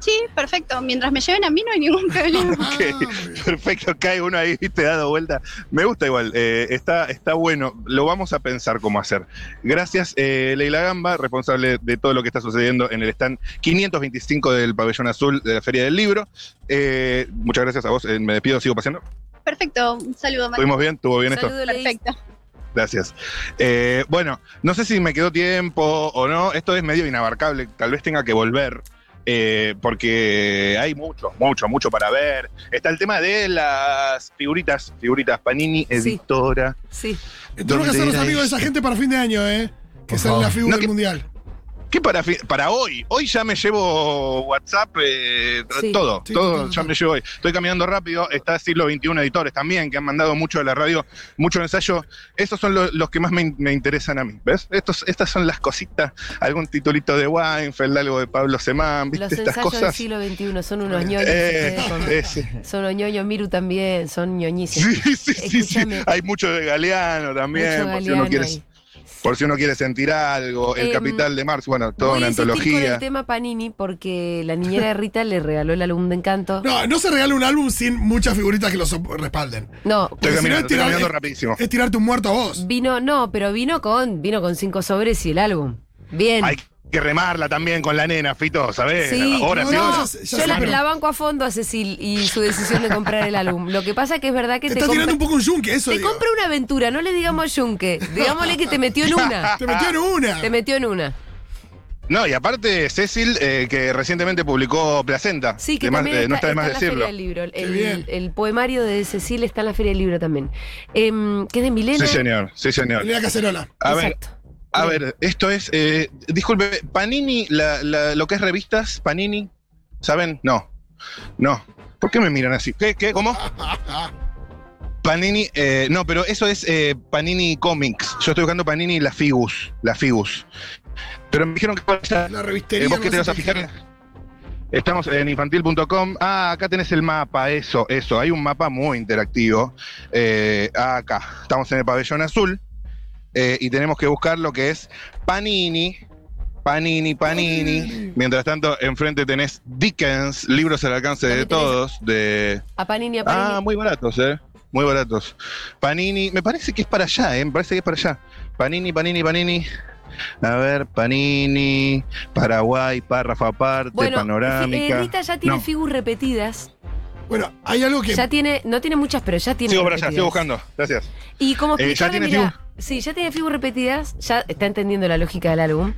Speaker 6: Sí, perfecto. Mientras me lleven a mí no hay ningún problema.
Speaker 4: Ah,
Speaker 5: Ok.
Speaker 4: muy bien.
Speaker 5: Perfecto, cae uno ahí, te dado vuelta. Me gusta igual, eh, está, está bueno. Lo vamos a pensar cómo hacer. Gracias, eh, Leila Gamba, responsable de todo lo que está sucediendo en el stand 525 del Pabellón Azul de la Feria del Libro. Eh, muchas gracias a vos. eh, me despido, sigo paseando.
Speaker 6: Perfecto. Un saludo, María.
Speaker 5: ¿Estuvimos bien? ¿Estuvo bien esto?
Speaker 2: Saludo, Leis.
Speaker 6: Perfecto.
Speaker 5: Gracias. Eh, bueno, no sé si me quedó tiempo o no. Esto es medio inabarcable. Tal vez tenga que volver. eh, porque hay mucho, mucho, mucho para ver. Está el tema de las figuritas, figuritas Panini, editora.
Speaker 2: Sí.
Speaker 4: Tenemos que hacernos
Speaker 5: era
Speaker 4: amigos de
Speaker 5: esto?
Speaker 4: esa gente para fin de año, ¿eh? Que
Speaker 3: Por
Speaker 4: salen la
Speaker 3: favor.
Speaker 4: figura
Speaker 5: No,
Speaker 4: del
Speaker 5: que-
Speaker 4: mundial.
Speaker 5: ¿Qué para, fi- para hoy? Hoy ya me llevo WhatsApp, eh,
Speaker 2: Sí.
Speaker 5: todo,
Speaker 4: Sí,
Speaker 5: todo
Speaker 4: total,
Speaker 5: ya
Speaker 4: total.
Speaker 5: me llevo hoy. Estoy caminando rápido, está Siglo XXI Editores también, que han mandado mucho a la radio, mucho ensayo. Esos son lo- los que más me, in- me interesan a mí, ¿ves? Estos, estas son las cositas, algún titulito de Weinfeld, algo de Pablo Semán, ¿viste?
Speaker 2: Los
Speaker 5: estas
Speaker 2: ensayos del
Speaker 5: cosas.
Speaker 2: siglo XXI son unos ñoños.
Speaker 5: Eh,
Speaker 2: ustedes
Speaker 5: eh, sí.
Speaker 2: son- Son unos ñoños, Miru también, son ñoñísimos.
Speaker 5: Sí, sí, sí, sí,
Speaker 2: Escúchame.
Speaker 5: Hay mucho de Galeano también,
Speaker 2: Mucho
Speaker 5: por, si uno
Speaker 2: Galeano
Speaker 5: quiere,
Speaker 2: ahí.
Speaker 5: por si uno quiere sentir algo. El
Speaker 2: Em,
Speaker 5: Capital de Marx, bueno, toda
Speaker 2: Voy
Speaker 5: una
Speaker 2: a insistir Con
Speaker 5: antología.
Speaker 2: el tema Panini, porque la niñera de Rita le regaló el álbum de encanto.
Speaker 4: No, no se regala un álbum sin muchas figuritas que lo so- respalden.
Speaker 2: No,
Speaker 5: Estoy
Speaker 4: si
Speaker 5: caminando,
Speaker 4: no,
Speaker 5: estoy
Speaker 4: tirar-
Speaker 5: caminando rapidísimo.
Speaker 4: Es tirarte un muerto a vos.
Speaker 2: vino, no, pero vino con, vino con cinco sobres y el álbum. Bien.
Speaker 5: Hay que remarla también con la nena, Fito, ¿sabés?
Speaker 2: Sí,
Speaker 5: Horas y
Speaker 4: no,
Speaker 5: horas.
Speaker 4: ya- ya
Speaker 2: Yo
Speaker 4: sé,
Speaker 2: la,
Speaker 4: pero
Speaker 2: la banco a fondo a Cecil y su decisión de comprar el álbum. Lo que pasa que es verdad que
Speaker 4: Te
Speaker 2: te,
Speaker 4: está tirando
Speaker 2: compra,
Speaker 4: un poco un yunque, eso.
Speaker 2: te
Speaker 4: digo.
Speaker 2: compra una aventura, no le digamos yunque, digámosle que te metió en una.
Speaker 4: Te metió en una.
Speaker 2: Te metió en una.
Speaker 5: No, y aparte Cecil, eh, que recientemente publicó Placenta.
Speaker 2: Sí, que
Speaker 5: De más-
Speaker 2: también
Speaker 5: eh,
Speaker 2: está,
Speaker 5: no está de
Speaker 2: está
Speaker 5: más
Speaker 2: en la Feria
Speaker 5: decirlo.
Speaker 2: del Libro. El,
Speaker 4: Qué bien.
Speaker 2: el poemario de Cecil está en la Feria del Libro también. Em, que es de Milena.
Speaker 5: Sí, señor, sí, señor.
Speaker 4: Elena Cacerola.
Speaker 5: A ver,
Speaker 2: Exacto.
Speaker 5: a ver, esto es, eh, disculpe, Panini, la- la- lo que es revistas, Panini, ¿saben? No, no. ¿Por qué me miran así? ¿Qué, qué, cómo? Panini, eh, no, pero eso es eh, Panini Comics. Yo estoy buscando Panini y la Figus, la Figus. Pero me dijeron que
Speaker 4: La revistería.
Speaker 5: Eh, ¿Vos qué
Speaker 4: no
Speaker 5: te
Speaker 4: sé
Speaker 5: vas a
Speaker 4: qué.
Speaker 5: fijar? Estamos en infantil.com. Ah, acá tenés el mapa, eso, eso. ah, Hay un mapa muy interactivo. Eh, acá, estamos en el pabellón azul. eh, y tenemos que buscar lo que es Panini. Panini, Panini. Mientras tanto, enfrente tenés Dickens, libros al alcance
Speaker 2: ¿Dónde
Speaker 5: de
Speaker 2: tenés?
Speaker 5: todos, de
Speaker 2: A Panini, a Panini.
Speaker 5: Ah, muy baratos, eh. Muy baratos. Panini, me parece que es para allá, eh. Me parece que es para allá. Panini, Panini, Panini. A ver, Panini, Paraguay, párrafo aparte,
Speaker 2: bueno,
Speaker 5: panorámica.
Speaker 2: eh, Rita ya tiene
Speaker 5: No,
Speaker 2: figus repetidas.
Speaker 4: Bueno, hay algo que.
Speaker 2: Ya tiene, no tiene muchas, pero ya tiene.
Speaker 5: Sigo para allá,
Speaker 2: repetidas.
Speaker 5: sigo buscando. Gracias.
Speaker 2: Y como
Speaker 5: Eh, ya
Speaker 2: explicarle,
Speaker 5: tiene
Speaker 2: mirá, sí, ya tiene figuras repetidas, ya está entendiendo la lógica del álbum.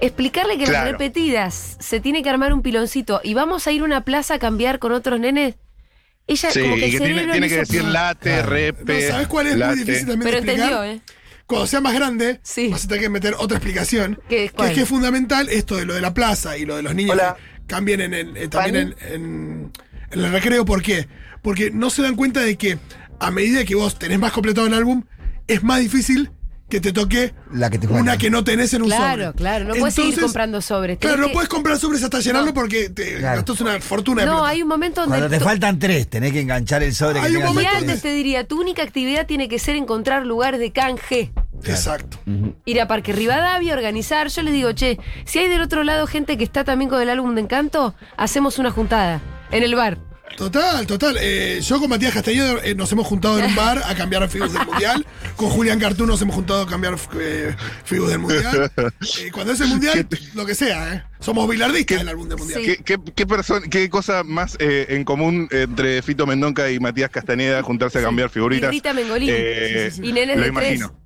Speaker 2: Explicarle que las
Speaker 5: Claro.
Speaker 2: repetidas se tiene que armar un piloncito y vamos a ir a una plaza a cambiar con otros nenes. Ella
Speaker 5: Sí,
Speaker 2: como que
Speaker 5: y
Speaker 2: el
Speaker 5: que tiene,
Speaker 2: cerebro
Speaker 5: tiene
Speaker 2: le
Speaker 5: que
Speaker 2: hizo-
Speaker 5: decir late,
Speaker 3: Claro.
Speaker 5: repe.
Speaker 4: No, ¿Sabes cuál es
Speaker 5: late.
Speaker 4: muy difícil también
Speaker 2: Pero
Speaker 4: de explicar?
Speaker 2: entendió, ¿eh?
Speaker 4: Cuando sea más grande,
Speaker 2: Sí.
Speaker 4: vas a tener que meter otra explicación.
Speaker 2: ¿Qué,
Speaker 4: Que
Speaker 2: cuál?
Speaker 4: es que es fundamental esto de lo de la plaza y lo de los niños
Speaker 5: Hola.
Speaker 4: que cambien en el, eh, también en, en- en el recreo. ¿Por qué? Porque no se dan cuenta de que a medida que vos tenés más completado el álbum, es más difícil que te toque
Speaker 3: La que te
Speaker 4: una
Speaker 3: falta.
Speaker 4: que no tenés en un
Speaker 2: Claro,
Speaker 4: sobre.
Speaker 2: claro, no puedes seguir comprando sobres, tenés
Speaker 4: Claro, no
Speaker 2: que-
Speaker 4: puedes comprar sobres hasta llenarlo porque te
Speaker 3: Claro.
Speaker 4: gastás una fortuna. de
Speaker 2: No,
Speaker 4: plata.
Speaker 2: hay un momento donde
Speaker 3: Cuando te
Speaker 2: tu-
Speaker 3: faltan tres, tenés que enganchar el sobre
Speaker 4: Hay
Speaker 3: que
Speaker 4: un
Speaker 3: tengas
Speaker 4: momento
Speaker 2: y
Speaker 3: antes.
Speaker 2: antes te diría, tu única actividad tiene que ser encontrar lugar de canje.
Speaker 4: Exacto.
Speaker 2: ir a Parque Rivadavia, organizar. Yo les digo, che, si hay del otro lado gente que está también con el álbum de Encanto, hacemos una juntada en el bar.
Speaker 4: Total, total. Eh, yo con Matías Castellano eh, nos hemos juntado en un bar a cambiar figuras del mundial. Con Julián Cartú nos hemos juntado a cambiar eh, figuras del mundial. Eh, cuando es el mundial, lo que sea, ¿eh? Somos bilardistas en el álbum del mundial.
Speaker 2: Sí.
Speaker 5: ¿Qué, qué, qué, perso- qué cosa más eh, en común entre Fito Mendonca y Matías Castañeda juntarse a cambiar figuritas?
Speaker 2: Y Rita Mengolini.
Speaker 5: Eh,
Speaker 2: Sí, sí, sí. Y nenes
Speaker 5: lo
Speaker 2: de
Speaker 5: imagino.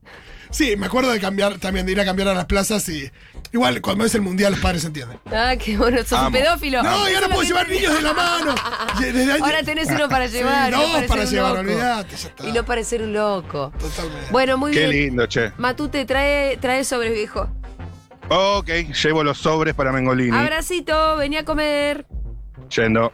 Speaker 4: Sí, me acuerdo de cambiar también, de ir a cambiar a las plazas y. Igual, cuando es el mundial, los padres entienden.
Speaker 2: tres. Ah, qué bueno, sos un
Speaker 5: Amo.
Speaker 2: pedófilo.
Speaker 4: No, y ahora
Speaker 2: Solamente-
Speaker 4: puedo llevar niños de la mano. Y Desde año-
Speaker 2: Ahora tenés uno para
Speaker 4: Sí,
Speaker 2: llevar. y
Speaker 4: dos
Speaker 2: parecer
Speaker 4: para
Speaker 2: un
Speaker 4: llevar,
Speaker 2: loco.
Speaker 4: olvidate, ya está.
Speaker 2: Y no parecer un loco.
Speaker 4: Totalmente.
Speaker 2: Bueno, muy
Speaker 5: Qué
Speaker 2: bien.
Speaker 5: lindo, che.
Speaker 2: Matute, trae, trae sobres, viejo.
Speaker 5: Ok, llevo los sobres para Mengolini.
Speaker 2: Abracito, vení a comer.
Speaker 5: Yendo.